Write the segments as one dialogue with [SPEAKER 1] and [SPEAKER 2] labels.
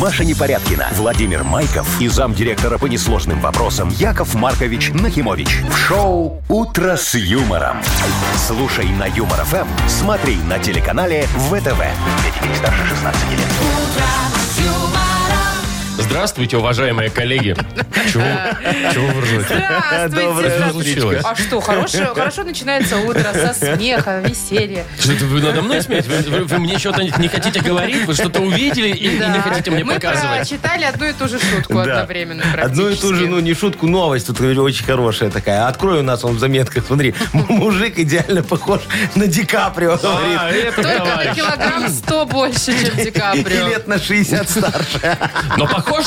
[SPEAKER 1] Маша Непорядкина, Владимир Майков и замдиректора по несложным вопросам Яков Маркович Нахимович. В шоу «Утро с юмором». Слушай на Юмор ФМ, смотри на телеканале ВТВ. Для детей старше 16 лет.
[SPEAKER 2] Здравствуйте, уважаемые коллеги. Чего, чего вы ржете?
[SPEAKER 3] Здравствуйте.
[SPEAKER 2] Что случилось?
[SPEAKER 3] А что, хорошо, хорошо начинается утро со смеха, веселья.
[SPEAKER 2] Что-то вы надо мной смеете? Вы, вы- вы мне что-то не хотите говорить? Вы что-то увидели и, и не
[SPEAKER 3] Да.
[SPEAKER 2] хотите мне
[SPEAKER 3] Мы
[SPEAKER 2] показывать?
[SPEAKER 3] прочитали одну и ту же шутку
[SPEAKER 4] Да.
[SPEAKER 3] одновременно
[SPEAKER 4] Одну и ту же,
[SPEAKER 3] практически.
[SPEAKER 4] ну, не шутку, новость тут говорю, очень хорошая такая. Открой у нас он в заметках, смотри. М- Мужик идеально похож на Ди Каприо, говорит.
[SPEAKER 2] А, это
[SPEAKER 3] Только на
[SPEAKER 2] товарищ.
[SPEAKER 3] килограмм 100 больше, чем Ди
[SPEAKER 4] И
[SPEAKER 3] Каприо.
[SPEAKER 4] лет на 60 старше.
[SPEAKER 2] Но похож?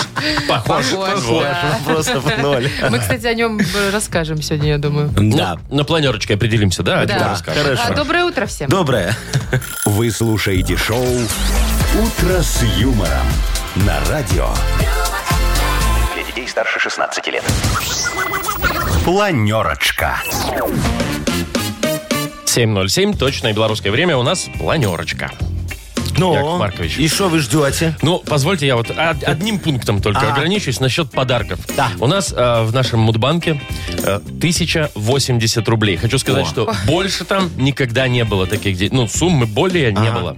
[SPEAKER 2] Похож.
[SPEAKER 3] Похож,
[SPEAKER 2] Вот.
[SPEAKER 3] да.
[SPEAKER 4] Он Просто в ноль.
[SPEAKER 3] Мы, кстати, о нем э, расскажем сегодня, я думаю.
[SPEAKER 2] Ну,
[SPEAKER 4] Да.
[SPEAKER 2] На планерочке определимся, да? Один
[SPEAKER 3] Да.
[SPEAKER 2] расскажет.
[SPEAKER 3] А, доброе утро всем.
[SPEAKER 4] Доброе.
[SPEAKER 1] Вы слушаете шоу «Утро с юмором» на радио. Для детей старше 16 лет. Планерочка.
[SPEAKER 2] 7.07, точное белорусское время, у нас планерочка. Яков
[SPEAKER 4] Ну,
[SPEAKER 2] Маркович.
[SPEAKER 4] и что вы ждете?
[SPEAKER 2] Ну, позвольте, я вот од- одним пунктом только
[SPEAKER 4] А.
[SPEAKER 2] ограничусь насчет подарков.
[SPEAKER 4] Да.
[SPEAKER 2] У нас э, в нашем Мудбанке э, 1080 рублей. Хочу сказать, что больше там никогда не было таких денег. Ну, суммы более не было.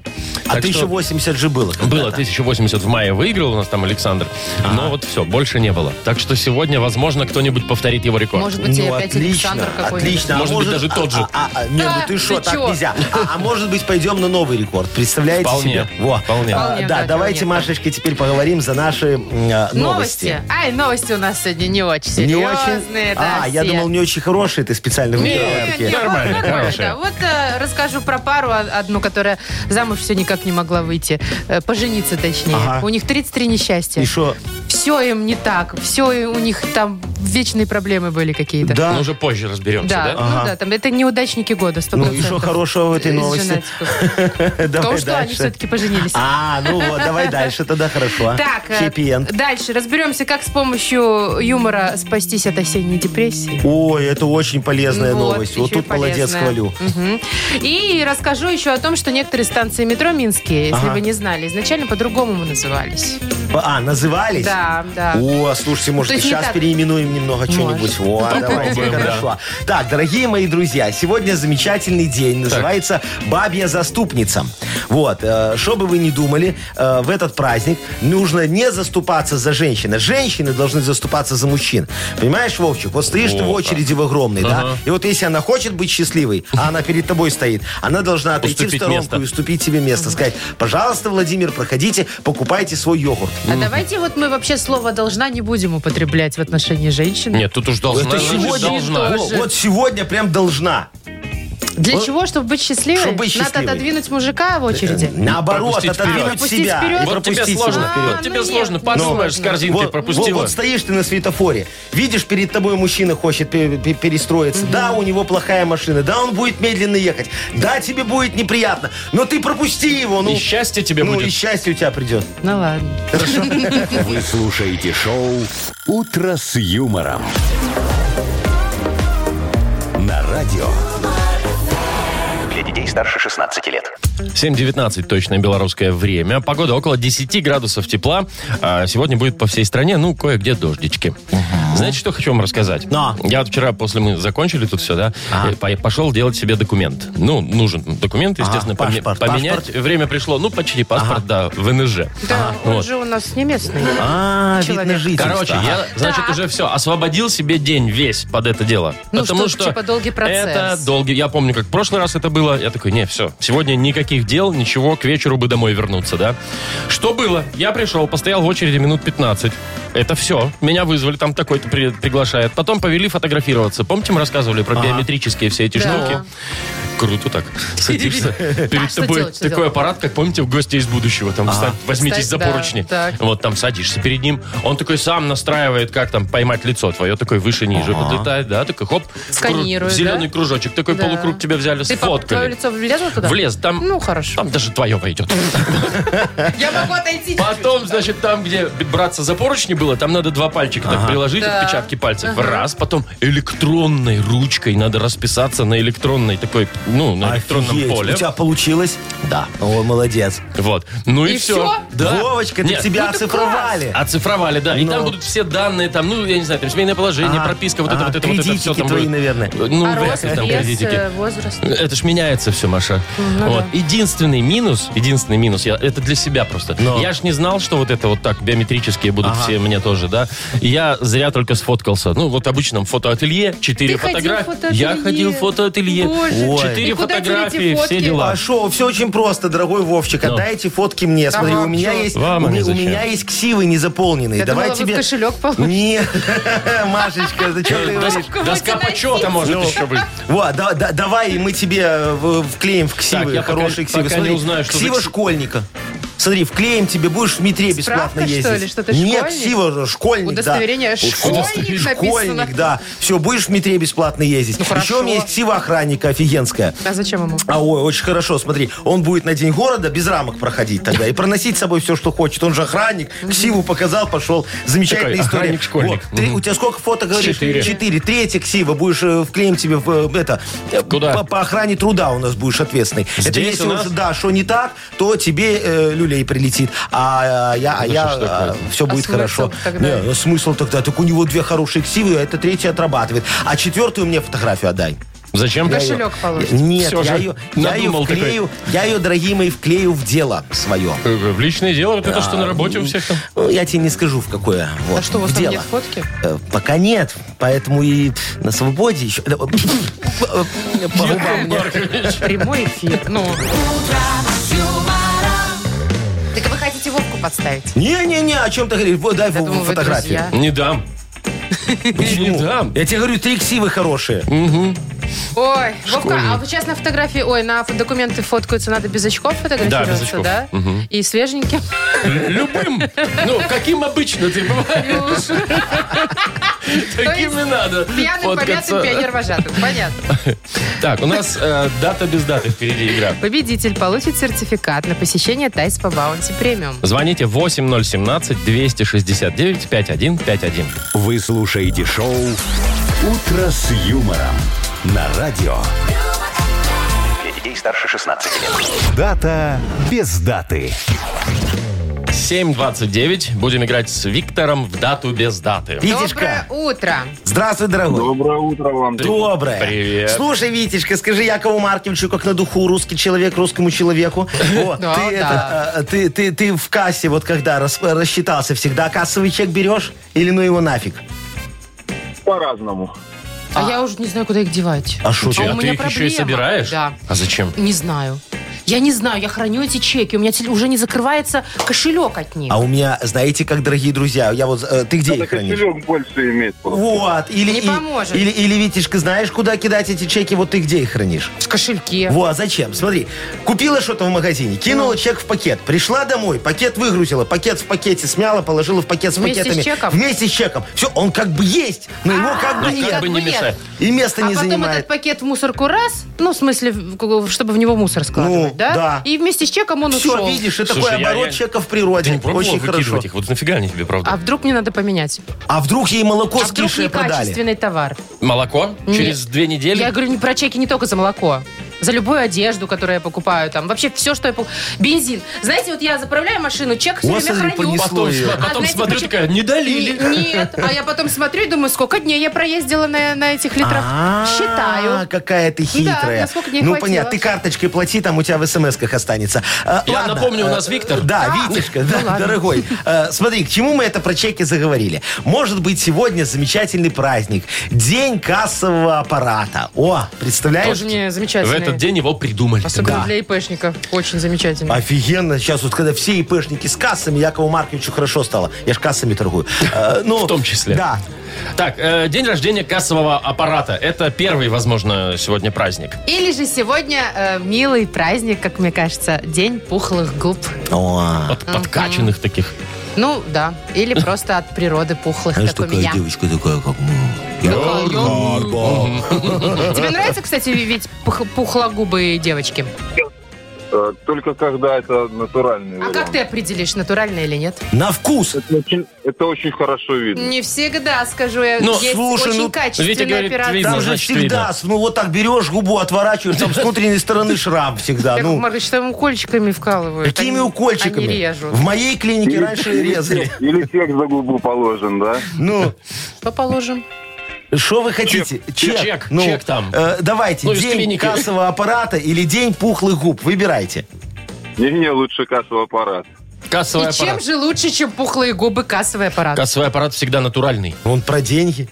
[SPEAKER 4] А
[SPEAKER 2] Так что
[SPEAKER 4] 1080 же было.
[SPEAKER 2] Было
[SPEAKER 4] когда-то.
[SPEAKER 2] 1080 в мае выиграл у нас там Александр. Но вот все, больше не было. Так что сегодня, возможно, кто-нибудь повторит его рекорд.
[SPEAKER 3] Может быть, и
[SPEAKER 4] Ну,
[SPEAKER 3] опять Александр какой-нибудь.
[SPEAKER 4] отлично. А
[SPEAKER 2] Может быть, даже тот же.
[SPEAKER 4] А, а, а, не,
[SPEAKER 3] Да,
[SPEAKER 4] ну ты что,
[SPEAKER 3] ты
[SPEAKER 4] так
[SPEAKER 3] чё?
[SPEAKER 4] нельзя. А, а может быть, пойдем на новый рекорд. Представляете
[SPEAKER 2] Вполне,
[SPEAKER 4] себе? Во.
[SPEAKER 2] вполне.
[SPEAKER 4] А,
[SPEAKER 3] Вполне,
[SPEAKER 4] да,
[SPEAKER 3] да,
[SPEAKER 4] давайте,
[SPEAKER 3] вполне.
[SPEAKER 4] Машечка, теперь поговорим за наши м, э,
[SPEAKER 3] Новости.
[SPEAKER 4] новости.
[SPEAKER 3] Ай, новости у нас сегодня не очень
[SPEAKER 4] Не
[SPEAKER 3] серьезные.
[SPEAKER 4] очень?
[SPEAKER 3] да,
[SPEAKER 4] а, я
[SPEAKER 3] все.
[SPEAKER 4] думал, не очень хорошие ты специально выбирала
[SPEAKER 3] Не, не,
[SPEAKER 4] такие.
[SPEAKER 2] Нормально,
[SPEAKER 3] вот, нормально,
[SPEAKER 2] хорошая.
[SPEAKER 3] да. Вот э, расскажу про пару о- одну, которая замуж все никак не могла выйти. Э, пожениться, точнее.
[SPEAKER 4] Ага.
[SPEAKER 3] У них 33 несчастья.
[SPEAKER 4] И что?
[SPEAKER 3] Все им не так. Все у них там вечные проблемы были какие-то.
[SPEAKER 4] Да.
[SPEAKER 2] Ну, уже позже разберемся,
[SPEAKER 3] Да,
[SPEAKER 2] да?
[SPEAKER 3] ну да, там это неудачники года, 100%.
[SPEAKER 4] Ну, и что хорошего в этой
[SPEAKER 3] из
[SPEAKER 4] новости?
[SPEAKER 3] женатиков. В том,
[SPEAKER 4] Давай
[SPEAKER 3] что они
[SPEAKER 4] дальше.
[SPEAKER 3] все-таки поженились.
[SPEAKER 4] А, ну вот, давай дальше, тогда хорошо.
[SPEAKER 3] Так, э,
[SPEAKER 4] Хэппи-энд.
[SPEAKER 3] дальше разберемся, как с помощью юмора спастись от осенней депрессии.
[SPEAKER 4] Ой, это очень полезная
[SPEAKER 3] Вот,
[SPEAKER 4] новость.
[SPEAKER 3] еще
[SPEAKER 4] Вот
[SPEAKER 3] и
[SPEAKER 4] тут молодец,
[SPEAKER 3] полезная.
[SPEAKER 4] хвалю.
[SPEAKER 3] Мгм. И расскажу еще о том, что некоторые станции метро Минские, если
[SPEAKER 4] Ага.
[SPEAKER 3] вы не знали, изначально по-другому мы назывались.
[SPEAKER 4] А, назывались?
[SPEAKER 3] Да, да.
[SPEAKER 4] О, слушайте,
[SPEAKER 3] То
[SPEAKER 4] может,
[SPEAKER 3] есть не
[SPEAKER 4] сейчас
[SPEAKER 3] так.
[SPEAKER 4] переименуем немного что-нибудь. Во, давайте,
[SPEAKER 2] попробуем, да.
[SPEAKER 4] хорошо. Так, дорогие мои друзья, сегодня замечательный день. Называется «Бабья заступница». Вот, э, что бы вы ни думали, э, в этот праздник нужно не заступаться за женщин. а Женщины должны заступаться за мужчин. Понимаешь, Вовчик, вот стоишь ты в
[SPEAKER 2] Вот
[SPEAKER 4] очереди в огромной,
[SPEAKER 2] Ага.
[SPEAKER 4] да? И вот если она хочет быть счастливой, а она перед тобой стоит, она должна отойти в
[SPEAKER 2] Уступить
[SPEAKER 4] сторонку
[SPEAKER 2] место.
[SPEAKER 4] и уступить тебе место. Сказать, пожалуйста, Владимир, проходите, покупайте свой йогурт.
[SPEAKER 3] А давайте вот мы вообще слово должна не будем употреблять в отношении женщин.
[SPEAKER 2] Нет, тут уж должна.
[SPEAKER 4] Это
[SPEAKER 2] значит,
[SPEAKER 4] сегодня
[SPEAKER 2] должна.
[SPEAKER 4] Во,
[SPEAKER 3] тоже.
[SPEAKER 4] вот сегодня прям должна.
[SPEAKER 3] Для
[SPEAKER 4] Вот.
[SPEAKER 3] чего? Чтобы быть счастливой?
[SPEAKER 4] Чтобы быть
[SPEAKER 3] Надо
[SPEAKER 4] счастливой. Э,
[SPEAKER 3] отодвинуть мужика в очереди.
[SPEAKER 4] Наоборот,
[SPEAKER 2] Пропустить вперед.
[SPEAKER 4] отодвинуть
[SPEAKER 3] Пропустить
[SPEAKER 4] себя.
[SPEAKER 3] вперед?
[SPEAKER 4] и
[SPEAKER 2] Вот тебе
[SPEAKER 4] пропустить себя
[SPEAKER 2] сложно.
[SPEAKER 4] вперед.
[SPEAKER 3] А,
[SPEAKER 2] тебе
[SPEAKER 3] ну
[SPEAKER 2] сложно.
[SPEAKER 3] нет,
[SPEAKER 2] Подумаешь, с
[SPEAKER 3] ну
[SPEAKER 2] корзинкой
[SPEAKER 4] вот,
[SPEAKER 2] пропустила.
[SPEAKER 4] вот- вот стоишь ты на светофоре, видишь, перед тобой мужчина хочет пе- пе- перестроиться. Да, у него плохая машина, да, он будет медленно ехать, да, тебе будет неприятно, но ты пропусти его. Ну,
[SPEAKER 2] И счастье тебе
[SPEAKER 4] ну, и
[SPEAKER 2] будет.
[SPEAKER 4] счастье у тебя придет.
[SPEAKER 3] Ну ладно.
[SPEAKER 1] Вы слушаете шоу «Утро с юмором». На радио.
[SPEAKER 5] Для детей старше 16 лет.
[SPEAKER 2] 7.19 точное белорусское время. Погода около 10 градусов тепла. А сегодня будет по всей стране, ну, кое-где дождички. Знаете, что хочу вам рассказать?
[SPEAKER 4] Да.
[SPEAKER 2] Я вот вчера, после мы закончили тут все, да, э, по- пошел делать себе документ. Ну, нужен документ, естественно,
[SPEAKER 4] А. Ага,
[SPEAKER 2] поме-
[SPEAKER 4] паспорт,
[SPEAKER 2] поменять.
[SPEAKER 4] паспорт.
[SPEAKER 2] Время пришло, ну, почти паспорт, да, ВНЖ.
[SPEAKER 3] Да,
[SPEAKER 2] А, Вот.
[SPEAKER 3] он же у нас не местный.
[SPEAKER 4] А,
[SPEAKER 3] Человек.
[SPEAKER 4] видно жительство.
[SPEAKER 2] Короче,
[SPEAKER 4] Ага.
[SPEAKER 2] я, значит,
[SPEAKER 3] Так.
[SPEAKER 2] уже все, освободил себе день весь под это дело.
[SPEAKER 3] Ну,
[SPEAKER 2] потому
[SPEAKER 3] чтоб,
[SPEAKER 2] что
[SPEAKER 3] типа, долгий процесс.
[SPEAKER 2] Это долгий. Я помню, как в прошлый раз это было. Я такой, не, все, сегодня никаких дел, ничего, к вечеру бы домой вернуться, да? Что было? Я пришел, постоял в очереди минут 15. Это все. Меня вызвали, там такой-то при- приглашает. Потом повели фотографироваться. Помните, мы рассказывали про биометрические все эти
[SPEAKER 3] Да. А
[SPEAKER 2] штуки? Круто так. Садишься. Перед
[SPEAKER 3] что
[SPEAKER 2] тобой
[SPEAKER 3] делать, что
[SPEAKER 2] такой
[SPEAKER 3] делать?
[SPEAKER 2] аппарат, как помните, в гости из будущего. Там встань, возьмитесь за
[SPEAKER 3] Встань, да,
[SPEAKER 2] поручни.
[SPEAKER 3] так.
[SPEAKER 2] Вот там садишься перед ним, он такой сам настраивает, как там поймать лицо твое, такой выше-ниже подлетает, да, такой хоп. кру-
[SPEAKER 3] Сканирует,
[SPEAKER 2] Зеленый
[SPEAKER 3] да?
[SPEAKER 2] кружочек, такой
[SPEAKER 3] Да.
[SPEAKER 2] полукруг тебя взяли,
[SPEAKER 3] Ты по- твое
[SPEAKER 2] сфоткали.
[SPEAKER 3] лицо влезло туда?
[SPEAKER 2] Влез, там,
[SPEAKER 3] Ну, хорошо.
[SPEAKER 2] там даже твое войдет.
[SPEAKER 3] Я могу отойти
[SPEAKER 2] Потом, значит, там, где браться за поручни было, там надо два пальчика так приложить,
[SPEAKER 3] Да.
[SPEAKER 2] отпечатки пальцев. Раз, потом электронной ручкой надо расписаться на электронной такой ну, на электронном
[SPEAKER 4] Офигеть,
[SPEAKER 2] поле.
[SPEAKER 4] У тебя получилось? Да. О, молодец.
[SPEAKER 2] Вот. Ну и,
[SPEAKER 3] И
[SPEAKER 2] все.
[SPEAKER 3] всё?
[SPEAKER 2] Да.
[SPEAKER 4] Вовочка, ты
[SPEAKER 2] Нет,
[SPEAKER 4] тебя
[SPEAKER 3] ну ты
[SPEAKER 4] оцифровали.
[SPEAKER 2] Оцифровали, да. И
[SPEAKER 4] Ну.
[SPEAKER 2] там будут все данные, там, ну, я не знаю, там семейное положение,
[SPEAKER 4] А,
[SPEAKER 2] прописка, вот это,
[SPEAKER 4] а,
[SPEAKER 2] вот это, вот это все
[SPEAKER 4] кредитики
[SPEAKER 2] там
[SPEAKER 4] твои,
[SPEAKER 2] будет.
[SPEAKER 4] наверное.
[SPEAKER 2] Ну,
[SPEAKER 3] а
[SPEAKER 2] вряд
[SPEAKER 3] рост,
[SPEAKER 2] ли там
[SPEAKER 3] вес,
[SPEAKER 2] кредитики.
[SPEAKER 3] э, возраст.
[SPEAKER 2] Это ж меняется все, Маша.
[SPEAKER 3] ну
[SPEAKER 2] вот. Единственный минус, единственный минус, я, это для себя просто.
[SPEAKER 4] Но.
[SPEAKER 2] Я ж не знал, что вот это вот так биометрические будут
[SPEAKER 4] Ага.
[SPEAKER 2] все мне тоже, да. И я зря только сфоткался. Ну, вот обычном фотоателье, четыре
[SPEAKER 3] Ты ходил в
[SPEAKER 2] фотографии.
[SPEAKER 3] фотоателье?
[SPEAKER 2] Я ходил в фотоателье.
[SPEAKER 3] Боже,
[SPEAKER 4] Ой.
[SPEAKER 2] Четыре
[SPEAKER 3] и куда тебе эти
[SPEAKER 2] фотографии, все
[SPEAKER 3] фотки?
[SPEAKER 2] дела.
[SPEAKER 4] А шо, все очень просто, дорогой Вовчик. Отдай эти фотки мне. Смотри, у
[SPEAKER 3] вам
[SPEAKER 4] меня
[SPEAKER 3] чё?
[SPEAKER 4] есть
[SPEAKER 2] Вам
[SPEAKER 4] у,
[SPEAKER 2] они
[SPEAKER 4] меня- у
[SPEAKER 2] зачем?
[SPEAKER 4] меня есть ксивы незаполненные.
[SPEAKER 3] Я
[SPEAKER 4] Давай
[SPEAKER 3] думала, вы в
[SPEAKER 4] тебе.
[SPEAKER 3] кошелек положите.
[SPEAKER 4] Не, Машечка, зачем ты
[SPEAKER 2] Дос-
[SPEAKER 4] говоришь?
[SPEAKER 3] Кого
[SPEAKER 2] доска
[SPEAKER 3] это
[SPEAKER 2] почета
[SPEAKER 3] носить?
[SPEAKER 2] может
[SPEAKER 4] Ну.
[SPEAKER 2] еще быть.
[SPEAKER 4] Вот, да- да- давай мы тебе э, в- вклеим в ксивы,
[SPEAKER 2] Так, я пока-
[SPEAKER 4] хорошие ксивы.
[SPEAKER 2] пока не
[SPEAKER 4] Смотри,
[SPEAKER 2] узнаю, что за
[SPEAKER 4] ксива
[SPEAKER 2] кси-
[SPEAKER 4] школьника. Смотри, вклеим тебе, будешь в метре бесплатно
[SPEAKER 3] Справка, что
[SPEAKER 4] ездить.
[SPEAKER 3] ли, что ты
[SPEAKER 4] Нет,
[SPEAKER 3] школьник?
[SPEAKER 4] ксива же, школьник, да.
[SPEAKER 3] Удостоверение школьник
[SPEAKER 4] Удостоверение
[SPEAKER 3] написано.
[SPEAKER 4] Школьник, да. Все, будешь в метре бесплатно ездить.
[SPEAKER 3] Ну,
[SPEAKER 4] Еще у меня
[SPEAKER 3] хорошо.
[SPEAKER 4] есть ксива охранника офигенская.
[SPEAKER 3] А зачем ему?
[SPEAKER 4] А, ой, очень хорошо, смотри, он будет на День города без рамок проходить тогда и проносить с собой все, что хочет. Он же охранник, ксиву показал, пошел. Замечательная
[SPEAKER 2] Такой
[SPEAKER 4] история.
[SPEAKER 2] охранник-школьник.
[SPEAKER 4] Вот, ты-
[SPEAKER 2] Мгм.
[SPEAKER 4] у тебя сколько фото, говоришь?
[SPEAKER 2] Четыре.
[SPEAKER 4] Четыре. Третья ксива, будешь э, вклеим тебе в э, это... э,
[SPEAKER 2] Куда?
[SPEAKER 4] По, по охране труда у нас будешь ответственный. это
[SPEAKER 2] Здесь
[SPEAKER 4] если
[SPEAKER 2] у нас?
[SPEAKER 4] уже, да, что не так, то тебе э, люлей прилетит. А э, я, а
[SPEAKER 2] Ну,
[SPEAKER 4] я,
[SPEAKER 2] что ж такое?
[SPEAKER 4] все будет
[SPEAKER 3] А смысл
[SPEAKER 4] хорошо.
[SPEAKER 3] тогда?
[SPEAKER 4] Не, ну, смысл тогда? Так у него две хорошие ксивы, а это третья отрабатывает. А четвертую мне фотографию отдай.
[SPEAKER 2] Зачем?
[SPEAKER 4] Я
[SPEAKER 3] Кошелек
[SPEAKER 4] её-
[SPEAKER 3] положишь.
[SPEAKER 4] Нет,
[SPEAKER 2] Всё
[SPEAKER 4] я
[SPEAKER 2] же
[SPEAKER 4] ее, я ее
[SPEAKER 2] надумал такой.
[SPEAKER 4] вклею, я ее, дорогие мои, вклею в дело свое.
[SPEAKER 2] Э, В личное дело, вот это что
[SPEAKER 4] А,
[SPEAKER 2] на работе у всех там.
[SPEAKER 4] Ну, Я тебе не скажу, в какое. Вот,
[SPEAKER 3] А что, у вас
[SPEAKER 4] в
[SPEAKER 3] там
[SPEAKER 4] дело.
[SPEAKER 3] нет фотки?
[SPEAKER 4] Э, Пока нет, поэтому и на свободе еще. Э, э, по губам мне.
[SPEAKER 3] Прямой эфир. Ну. Так вы хотите Вовку подставить?
[SPEAKER 4] Не-не-не, о чем ты говоришь? Вот, Дай
[SPEAKER 3] Я думаю,
[SPEAKER 4] фо-
[SPEAKER 3] вы
[SPEAKER 4] фотографию.
[SPEAKER 3] друзья.
[SPEAKER 2] Не дам. Не дам.
[SPEAKER 4] Я тебе говорю, три ксивы хорошие.
[SPEAKER 3] Ну, Ой,
[SPEAKER 2] Школьник.
[SPEAKER 3] Вовка, а вот сейчас на фотографии, ой, на фо- документы фоткаются, надо без
[SPEAKER 2] Да,
[SPEAKER 3] очков
[SPEAKER 2] без
[SPEAKER 3] фотографироваться,
[SPEAKER 2] очков.
[SPEAKER 3] да? И свеженьким.
[SPEAKER 2] Любым. Ну, каким обычно ты бываешь.
[SPEAKER 3] Ну
[SPEAKER 2] Таким и надо.
[SPEAKER 3] Пьяным,
[SPEAKER 2] фоткаться.
[SPEAKER 3] помятым, пионер-вожатым. Понятно.
[SPEAKER 2] Так, у нас э, дата без даты впереди игра.
[SPEAKER 3] Победитель получит сертификат на посещение Тайс по Баунти Премиум.
[SPEAKER 2] Звоните 8017-269-5151.
[SPEAKER 1] Вы слушаете шоу «Утро с юмором» на радио.
[SPEAKER 5] Для детей старше 16 лет.
[SPEAKER 1] Дата без даты.
[SPEAKER 2] 7.29. Будем играть с Виктором в дату без даты.
[SPEAKER 4] Витишка,
[SPEAKER 3] Доброе утро.
[SPEAKER 4] здравствуй, дорогой.
[SPEAKER 6] Доброе утро вам.
[SPEAKER 4] Доброе.
[SPEAKER 2] Привет.
[SPEAKER 4] Слушай, Витечка, скажи Якову Марковичу, как на духу русский человек русскому человеку. О,
[SPEAKER 3] Да,
[SPEAKER 4] ты
[SPEAKER 3] да.
[SPEAKER 4] это, э, Ты ты- ты в кассе, вот когда рас- рассчитался всегда, кассовый чек берешь или ну его нафиг?
[SPEAKER 6] По-разному.
[SPEAKER 3] А, я уже не знаю, куда их девать.
[SPEAKER 4] А шо
[SPEAKER 2] Че,
[SPEAKER 4] ты?
[SPEAKER 3] у
[SPEAKER 2] а ты
[SPEAKER 3] меня
[SPEAKER 2] их еще и
[SPEAKER 3] проблема.
[SPEAKER 2] собираешь?
[SPEAKER 3] Да.
[SPEAKER 2] А зачем?
[SPEAKER 3] Не знаю. Я не знаю, я храню эти чеки. У меня теле- уже не закрывается кошелек от них.
[SPEAKER 4] А у меня, знаете, как, дорогие друзья, я вот... э, Ты где
[SPEAKER 6] Надо
[SPEAKER 4] их хранишь?
[SPEAKER 6] кошелек больше иметь. просто.
[SPEAKER 4] Вот. Или,
[SPEAKER 3] Не
[SPEAKER 4] и-
[SPEAKER 3] поможет.
[SPEAKER 4] Или, или, Витечка, знаешь, куда кидать эти чеки? Вот ты где их хранишь?
[SPEAKER 3] В кошельке.
[SPEAKER 4] Во, а зачем? Смотри, купила что-то в магазине, кинула
[SPEAKER 3] Ну.
[SPEAKER 4] чек в пакет, пришла домой, пакет выгрузила, пакет в пакете смяла, положила в пакет с
[SPEAKER 3] Вместе с
[SPEAKER 4] пакетами.
[SPEAKER 3] чеком?
[SPEAKER 4] Вместе с чеком. Все, он как бы есть, но его как бы
[SPEAKER 2] Ну, как
[SPEAKER 4] нет.
[SPEAKER 2] бы не
[SPEAKER 3] нет.
[SPEAKER 2] мешает.
[SPEAKER 4] И места
[SPEAKER 3] а
[SPEAKER 4] не
[SPEAKER 3] потом этот
[SPEAKER 4] занимает.
[SPEAKER 3] пакет в мусорку раз, ну, в смысле, в- в- чтобы в него мусор складывать,
[SPEAKER 4] Ну,
[SPEAKER 3] да?
[SPEAKER 4] да.
[SPEAKER 3] И вместе с чеком он
[SPEAKER 4] Все,
[SPEAKER 3] ушел.
[SPEAKER 4] видишь, это
[SPEAKER 2] Слушай,
[SPEAKER 4] такой
[SPEAKER 2] я-
[SPEAKER 4] оборот
[SPEAKER 2] я-
[SPEAKER 4] чека в
[SPEAKER 2] Ты
[SPEAKER 4] природе.
[SPEAKER 2] не пробовал
[SPEAKER 4] Очень
[SPEAKER 2] выкидывать
[SPEAKER 4] хорошо.
[SPEAKER 2] их? Вот нафига они тебе, правда?
[SPEAKER 3] А вдруг мне надо поменять?
[SPEAKER 4] А вдруг ей молоко
[SPEAKER 3] а
[SPEAKER 4] с
[SPEAKER 3] вдруг
[SPEAKER 4] кишей продали?
[SPEAKER 3] некачественный товар?
[SPEAKER 2] Молоко?
[SPEAKER 3] Нет.
[SPEAKER 2] Через две недели?
[SPEAKER 3] Я говорю не про чеки не только за молоко. За любую одежду, которую я покупаю, там вообще все, что я покупаю. Бензин. Знаете, вот я заправляю машину, чек все
[SPEAKER 4] Вас
[SPEAKER 3] время
[SPEAKER 4] ли
[SPEAKER 3] храню.
[SPEAKER 4] понесло
[SPEAKER 2] Потом,
[SPEAKER 4] Ой.
[SPEAKER 2] см-
[SPEAKER 3] А
[SPEAKER 2] потом
[SPEAKER 3] знаете,
[SPEAKER 2] смотрю,
[SPEAKER 3] почему-
[SPEAKER 2] такая, не долили.
[SPEAKER 3] Не- Нет, а я потом смотрю и думаю, сколько дней я проездила на, на этих литрах.
[SPEAKER 4] А,
[SPEAKER 3] Считаю.
[SPEAKER 4] Какая ты хитрая.
[SPEAKER 3] насколько не
[SPEAKER 4] ну,
[SPEAKER 3] хватило.
[SPEAKER 4] понятно, ты карточкой плати, там у тебя в смс-ках останется. А,
[SPEAKER 2] Я
[SPEAKER 4] ладно,
[SPEAKER 2] напомню, у
[SPEAKER 4] э,
[SPEAKER 2] нас Виктор.
[SPEAKER 4] Да, Витюшка, да,
[SPEAKER 3] А, ну ладно.
[SPEAKER 4] дорогой. э, Смотри, к чему мы это про чеки заговорили? Может быть, сегодня замечательный праздник. День кассового аппарата. О, представляешь?
[SPEAKER 3] Тоже мне
[SPEAKER 2] В
[SPEAKER 3] замечательно.
[SPEAKER 2] этот день его придумали.
[SPEAKER 3] Особенно
[SPEAKER 4] Да.
[SPEAKER 3] для ИПшников. Очень замечательно.
[SPEAKER 4] Офигенно. Сейчас вот, когда все ИПшники с кассами, Якову Марковичу хорошо стало. Я ж кассами торгую. Э, ну,
[SPEAKER 2] В том числе.
[SPEAKER 4] Да.
[SPEAKER 2] Так, э, день рождения кассового аппарата. Это первый, возможно, сегодня праздник.
[SPEAKER 3] Или же сегодня э, милый праздник, как мне кажется, день пухлых губ.
[SPEAKER 4] О,
[SPEAKER 2] От подкачанных таких.
[SPEAKER 3] Ну, да. Или просто от природы пухлых,
[SPEAKER 4] знаешь,
[SPEAKER 3] как у
[SPEAKER 4] такая
[SPEAKER 3] меня.
[SPEAKER 4] девочка такая, как... м, я-
[SPEAKER 3] Какая я?
[SPEAKER 4] Да.
[SPEAKER 3] Тебе нравятся, кстати, ведь пух- пухлогубые девочки?
[SPEAKER 6] Э, Только когда это натуральный
[SPEAKER 3] А
[SPEAKER 6] вариант.
[SPEAKER 3] как ты определишь, натуральный или нет?
[SPEAKER 4] На вкус.
[SPEAKER 6] Это очень, это очень хорошо видно.
[SPEAKER 3] Не всегда, скажу я.
[SPEAKER 2] Ну,
[SPEAKER 3] есть
[SPEAKER 4] слушай,
[SPEAKER 3] очень
[SPEAKER 4] ну,
[SPEAKER 3] качественные
[SPEAKER 2] Витя говорит,
[SPEAKER 3] операции.
[SPEAKER 2] видно,
[SPEAKER 4] Там же
[SPEAKER 2] значит,
[SPEAKER 4] всегда,
[SPEAKER 2] видно.
[SPEAKER 4] с- ну вот так берешь губу, отворачиваешь, там с внутренней стороны шрам всегда.
[SPEAKER 3] Яков
[SPEAKER 4] Ну,
[SPEAKER 3] Маркович, там укольчиками вкалывают.
[SPEAKER 4] какими
[SPEAKER 3] Они-
[SPEAKER 4] укольчиками?
[SPEAKER 3] Они режут.
[SPEAKER 4] В моей клинике раньше резали.
[SPEAKER 6] Или чек за губу положен, да?
[SPEAKER 4] Ну,
[SPEAKER 3] Что положим?
[SPEAKER 4] что вы хотите?
[SPEAKER 2] Чек, чек,
[SPEAKER 4] ну,
[SPEAKER 2] чек там.
[SPEAKER 4] э, давайте,
[SPEAKER 2] Ну, из
[SPEAKER 4] день
[SPEAKER 2] клиники.
[SPEAKER 4] кассового аппарата или день пухлых губ. Выбирайте.
[SPEAKER 6] Не-не, лучше кассовый аппарат.
[SPEAKER 2] Кассовый
[SPEAKER 3] И чем
[SPEAKER 2] аппарат.
[SPEAKER 3] же лучше, чем пухлые губы кассовый аппарат?
[SPEAKER 2] Кассовый аппарат всегда натуральный.
[SPEAKER 4] Он про деньги.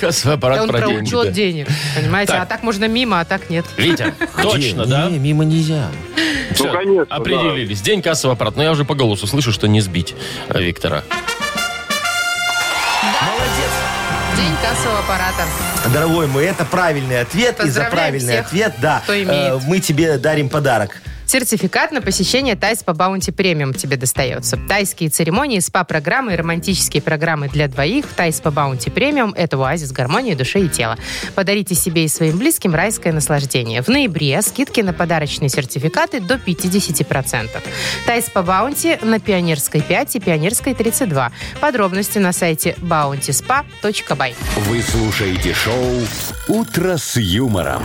[SPEAKER 2] Кассовый
[SPEAKER 3] Да
[SPEAKER 2] аппарат
[SPEAKER 3] он
[SPEAKER 2] про
[SPEAKER 3] про
[SPEAKER 2] деньги.
[SPEAKER 3] учет
[SPEAKER 2] да.
[SPEAKER 3] денег, понимаете?
[SPEAKER 2] Так.
[SPEAKER 3] А так можно мимо, а так нет.
[SPEAKER 2] Витя, точно,
[SPEAKER 4] Не,
[SPEAKER 2] да?
[SPEAKER 4] не, мимо нельзя.
[SPEAKER 2] Всё,
[SPEAKER 6] Ну, конечно, да.
[SPEAKER 2] Определились. День кассового аппарата. Но я уже по голосу слышу, что не сбить э, Виктора.
[SPEAKER 3] День кассового аппарата.
[SPEAKER 4] Дорогой мой, это правильный ответ. И за
[SPEAKER 3] Поздравляем
[SPEAKER 4] правильный
[SPEAKER 3] всех,
[SPEAKER 4] ответ, да,
[SPEAKER 3] кто имеет.
[SPEAKER 4] э, мы тебе дарим подарок.
[SPEAKER 3] Сертификат на посещение Тайс по Баунти Премиум тебе достается. Тайские церемонии, СПА-программы и романтические программы для двоих в Тайс по Баунти Премиум – это оазис гармонии души и тела. Подарите себе и своим близким райское наслаждение. В ноябре скидки на подарочные сертификаты до 50%. Тайс по Баунти на Пионерской 5 и Пионерской 32. Подробности на сайте bountyspa.by.
[SPEAKER 1] Вы слушаете шоу «Утро с юмором».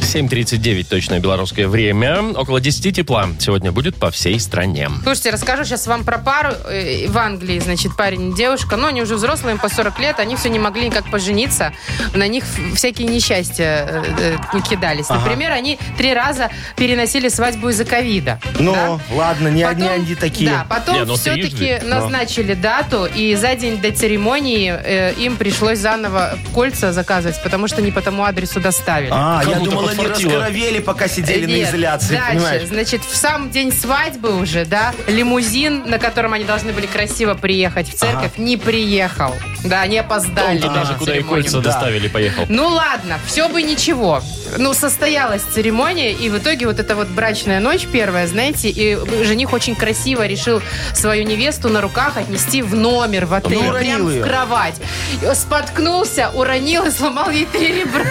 [SPEAKER 2] 7.39 точное белорусское время. Около 10 тепла сегодня будет по всей стране.
[SPEAKER 3] Слушайте, расскажу сейчас вам про пару э, в Англии, значит, парень и девушка, но они уже взрослые, им по 40 лет, они все не могли никак пожениться, на них всякие несчастья э, э, кидались. Например, они три раза переносили свадьбу из-за ковида.
[SPEAKER 4] Ну,
[SPEAKER 3] да?
[SPEAKER 4] ладно, не
[SPEAKER 3] Потом-
[SPEAKER 4] одни они такие.
[SPEAKER 3] Да, потом
[SPEAKER 2] Не, ну,
[SPEAKER 3] все-таки
[SPEAKER 2] трижды, но.
[SPEAKER 3] назначили дату, и за день до церемонии э, им пришлось заново кольца заказывать, потому что не по тому адресу доставили.
[SPEAKER 4] А, я
[SPEAKER 2] Кому-то
[SPEAKER 4] думала, они
[SPEAKER 2] подфартило.
[SPEAKER 4] раскоровели, пока сидели на
[SPEAKER 3] Нет,
[SPEAKER 4] изоляции,
[SPEAKER 3] дальше.
[SPEAKER 4] понимаешь?
[SPEAKER 3] Значит, в сам день свадьбы уже, да, лимузин, на котором они должны были красиво приехать в церковь, не приехал. Да, они опоздали.
[SPEAKER 2] Туда же,
[SPEAKER 3] на
[SPEAKER 2] куда и
[SPEAKER 3] церемонию.
[SPEAKER 2] кольца
[SPEAKER 4] Да.
[SPEAKER 2] доставили, поехал.
[SPEAKER 3] Ну ладно, все бы ничего. Ну, состоялась церемония, и в итоге вот эта вот брачная ночь первая, знаете, и жених очень красиво решил свою невесту на руках отнести в номер в отеле,
[SPEAKER 4] Ну, уронил
[SPEAKER 3] прям
[SPEAKER 4] её.
[SPEAKER 3] в кровать. Споткнулся, уронил и сломал ей три ребра.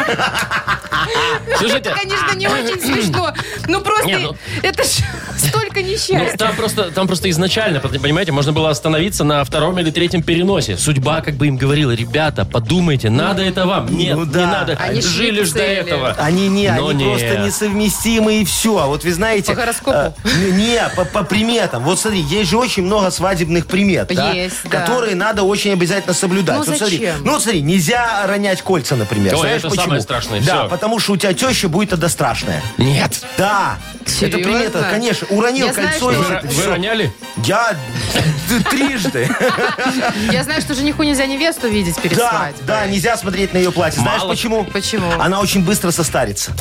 [SPEAKER 2] Слушайте,
[SPEAKER 3] Это, конечно, не очень смешно. Ну просто
[SPEAKER 2] Не, ну-
[SPEAKER 3] это ж столько
[SPEAKER 2] ну,
[SPEAKER 3] несчастья.
[SPEAKER 2] там просто, там просто изначально, понимаете, можно было остановиться на втором или третьем переносе. Судьба как бы им говорила, ребята, подумайте, надо это вам. Нет,
[SPEAKER 4] Ну
[SPEAKER 2] не
[SPEAKER 4] да.
[SPEAKER 2] надо.
[SPEAKER 3] Они ж
[SPEAKER 2] Жили ж до
[SPEAKER 3] цели.
[SPEAKER 2] этого.
[SPEAKER 4] Они не,
[SPEAKER 2] Но
[SPEAKER 4] они
[SPEAKER 2] нет.
[SPEAKER 4] просто несовместимы и все. Вот вы знаете...
[SPEAKER 3] По гороскопу?
[SPEAKER 4] э, не, по, по приметам. Вот смотри, есть же очень много свадебных примет, да,
[SPEAKER 3] Есть, да.
[SPEAKER 4] которые надо очень обязательно соблюдать.
[SPEAKER 3] Ну,
[SPEAKER 4] Вот смотри,
[SPEAKER 3] зачем?
[SPEAKER 4] ну, смотри, нельзя ронять кольца, например.
[SPEAKER 2] Ой,
[SPEAKER 4] Знаешь
[SPEAKER 2] это
[SPEAKER 4] почему?
[SPEAKER 2] самое страшное,
[SPEAKER 4] Да,
[SPEAKER 2] всё.
[SPEAKER 4] потому что у тебя теща будет тогда страшная.
[SPEAKER 2] Нет.
[SPEAKER 4] Да.
[SPEAKER 3] Серьезно?
[SPEAKER 4] Это примета, конечно. Уронил
[SPEAKER 3] Я знаю, что-
[SPEAKER 4] кольцо. и
[SPEAKER 2] Вы,
[SPEAKER 4] всё,
[SPEAKER 2] ро-
[SPEAKER 4] ты
[SPEAKER 2] вы
[SPEAKER 4] всё.
[SPEAKER 2] роняли?
[SPEAKER 4] Я д- трижды.
[SPEAKER 3] ну, Я знаю, что жениху нельзя невесту видеть перед
[SPEAKER 4] Да,
[SPEAKER 3] свадьбой.
[SPEAKER 4] да, нельзя смотреть на ее платье. Знаешь
[SPEAKER 2] Мало.
[SPEAKER 4] почему?
[SPEAKER 3] Почему?
[SPEAKER 4] Она очень быстро состарится.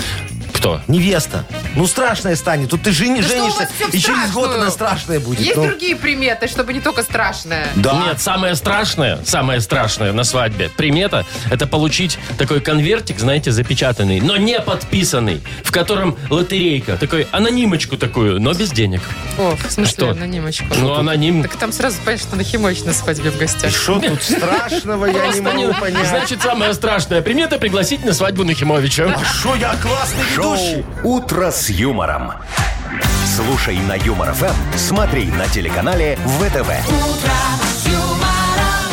[SPEAKER 2] Кто?
[SPEAKER 4] Невеста. Ну, страшная станет. Тут ты жени-
[SPEAKER 3] Да что у вас
[SPEAKER 4] женишься,
[SPEAKER 3] всё в
[SPEAKER 4] и через год
[SPEAKER 3] страшную?
[SPEAKER 4] она страшная будет.
[SPEAKER 3] Есть
[SPEAKER 4] Ну,
[SPEAKER 3] другие приметы, чтобы не только страшное.
[SPEAKER 4] Да.
[SPEAKER 2] Нет, самое страшное, самое страшное на свадьбе примета это получить такой конвертик, знаете, запечатанный, но не подписанный, в котором лотерейка, такой анонимочку такую, но без денег.
[SPEAKER 3] О, в смысле,
[SPEAKER 2] Что?
[SPEAKER 3] анонимочку.
[SPEAKER 2] Ну, аноним.
[SPEAKER 3] Так там сразу понятно, что нахимочь на свадьбе в гостях.
[SPEAKER 4] Что тут страшного, я не
[SPEAKER 2] Просто не-
[SPEAKER 4] могу понять.
[SPEAKER 2] Значит, самая страшная примета пригласить на свадьбу Нахимовича.
[SPEAKER 4] Что, А я классный
[SPEAKER 1] Шоу
[SPEAKER 4] ведущий?
[SPEAKER 1] «Утро с юмором». Слушай на Юмор ФМ, смотри на телеканале ВТВ.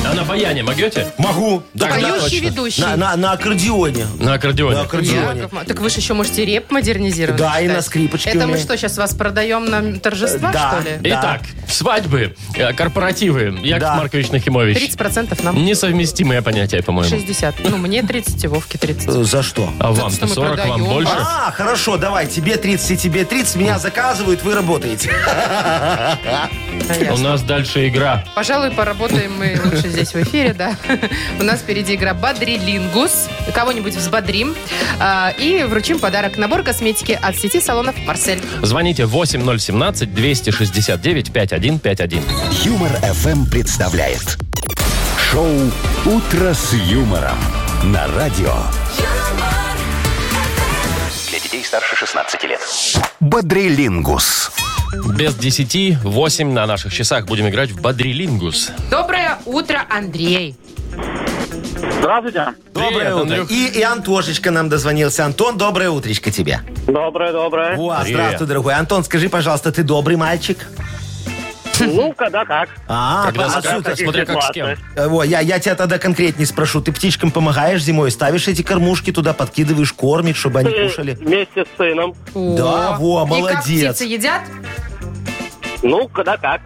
[SPEAKER 2] А на баяне могете?
[SPEAKER 4] Могу. Да,
[SPEAKER 2] Тогда
[SPEAKER 3] Поющий
[SPEAKER 2] точно.
[SPEAKER 3] ведущий.
[SPEAKER 4] На, на, на аккордеоне.
[SPEAKER 2] На
[SPEAKER 4] На
[SPEAKER 2] аккордеоне.
[SPEAKER 4] аккордеоне.
[SPEAKER 3] Яков Ма- Так вы же еще можете реп модернизировать.
[SPEAKER 4] Да, и на скрипочке
[SPEAKER 3] Это мы
[SPEAKER 4] умею.
[SPEAKER 3] что, сейчас вас продаем на торжества,
[SPEAKER 4] Э,
[SPEAKER 3] что
[SPEAKER 4] да.
[SPEAKER 3] ли?
[SPEAKER 4] Да.
[SPEAKER 2] Итак, свадьбы, э, корпоративы, Яков
[SPEAKER 4] Да.
[SPEAKER 2] Маркович Нахимович.
[SPEAKER 3] 30% нам.
[SPEAKER 2] Несовместимые понятия, по-моему.
[SPEAKER 3] 60. Ну, мне 30, и Вовке 30.
[SPEAKER 4] Э, За что?
[SPEAKER 2] А
[SPEAKER 3] За то,
[SPEAKER 2] вам-то
[SPEAKER 3] что мы
[SPEAKER 2] 40, вам
[SPEAKER 3] продаем.
[SPEAKER 2] больше?
[SPEAKER 4] А, хорошо, давай, тебе 30 и тебе 30, меня заказывают, вы работаете.
[SPEAKER 2] У нас дальше игра.
[SPEAKER 3] Пожалуй, поработаем мы лучше здесь в эфире, да. У нас впереди игра «Бодрилингус». Кого-нибудь взбодрим. А, И вручим подарок. Набор косметики от сети салонов «Марсель».
[SPEAKER 2] Звоните 8017-269-5151.
[SPEAKER 1] Юмор ФМ представляет. Шоу «Утро с юмором» на радио.
[SPEAKER 5] Для детей старше 16 лет.
[SPEAKER 1] Бодрилингус.
[SPEAKER 2] Без 10, 8 на
[SPEAKER 3] А
[SPEAKER 2] наших часах будем играть в Бодрилингус.
[SPEAKER 3] Доброе утро, Андрей.
[SPEAKER 7] Здравствуйте.
[SPEAKER 4] Доброе
[SPEAKER 2] Привет,
[SPEAKER 4] утро.
[SPEAKER 2] Андрюх.
[SPEAKER 4] И, и Антошечка нам дозвонился. Антон, доброе утречко тебе.
[SPEAKER 7] Доброе, доброе.
[SPEAKER 4] Во,
[SPEAKER 2] Привет.
[SPEAKER 4] здравствуй, дорогой. Антон, скажи, пожалуйста, ты добрый мальчик?
[SPEAKER 7] Ну, когда как.
[SPEAKER 4] А,
[SPEAKER 2] Когда
[SPEAKER 4] а
[SPEAKER 2] закат,
[SPEAKER 4] супер.
[SPEAKER 7] таких
[SPEAKER 2] смотря как с кем.
[SPEAKER 7] ситуаций.
[SPEAKER 4] Э, Во, я, я тебя тогда конкретнее спрошу. Ты птичкам помогаешь зимой? Ставишь эти кормушки туда, подкидываешь, кормишь, чтобы они
[SPEAKER 7] Э,
[SPEAKER 4] кушали?
[SPEAKER 7] Вместе с сыном.
[SPEAKER 4] Да,
[SPEAKER 3] О.
[SPEAKER 4] во,
[SPEAKER 3] И как
[SPEAKER 4] молодец.
[SPEAKER 3] птицы едят?
[SPEAKER 7] Ну, когда как.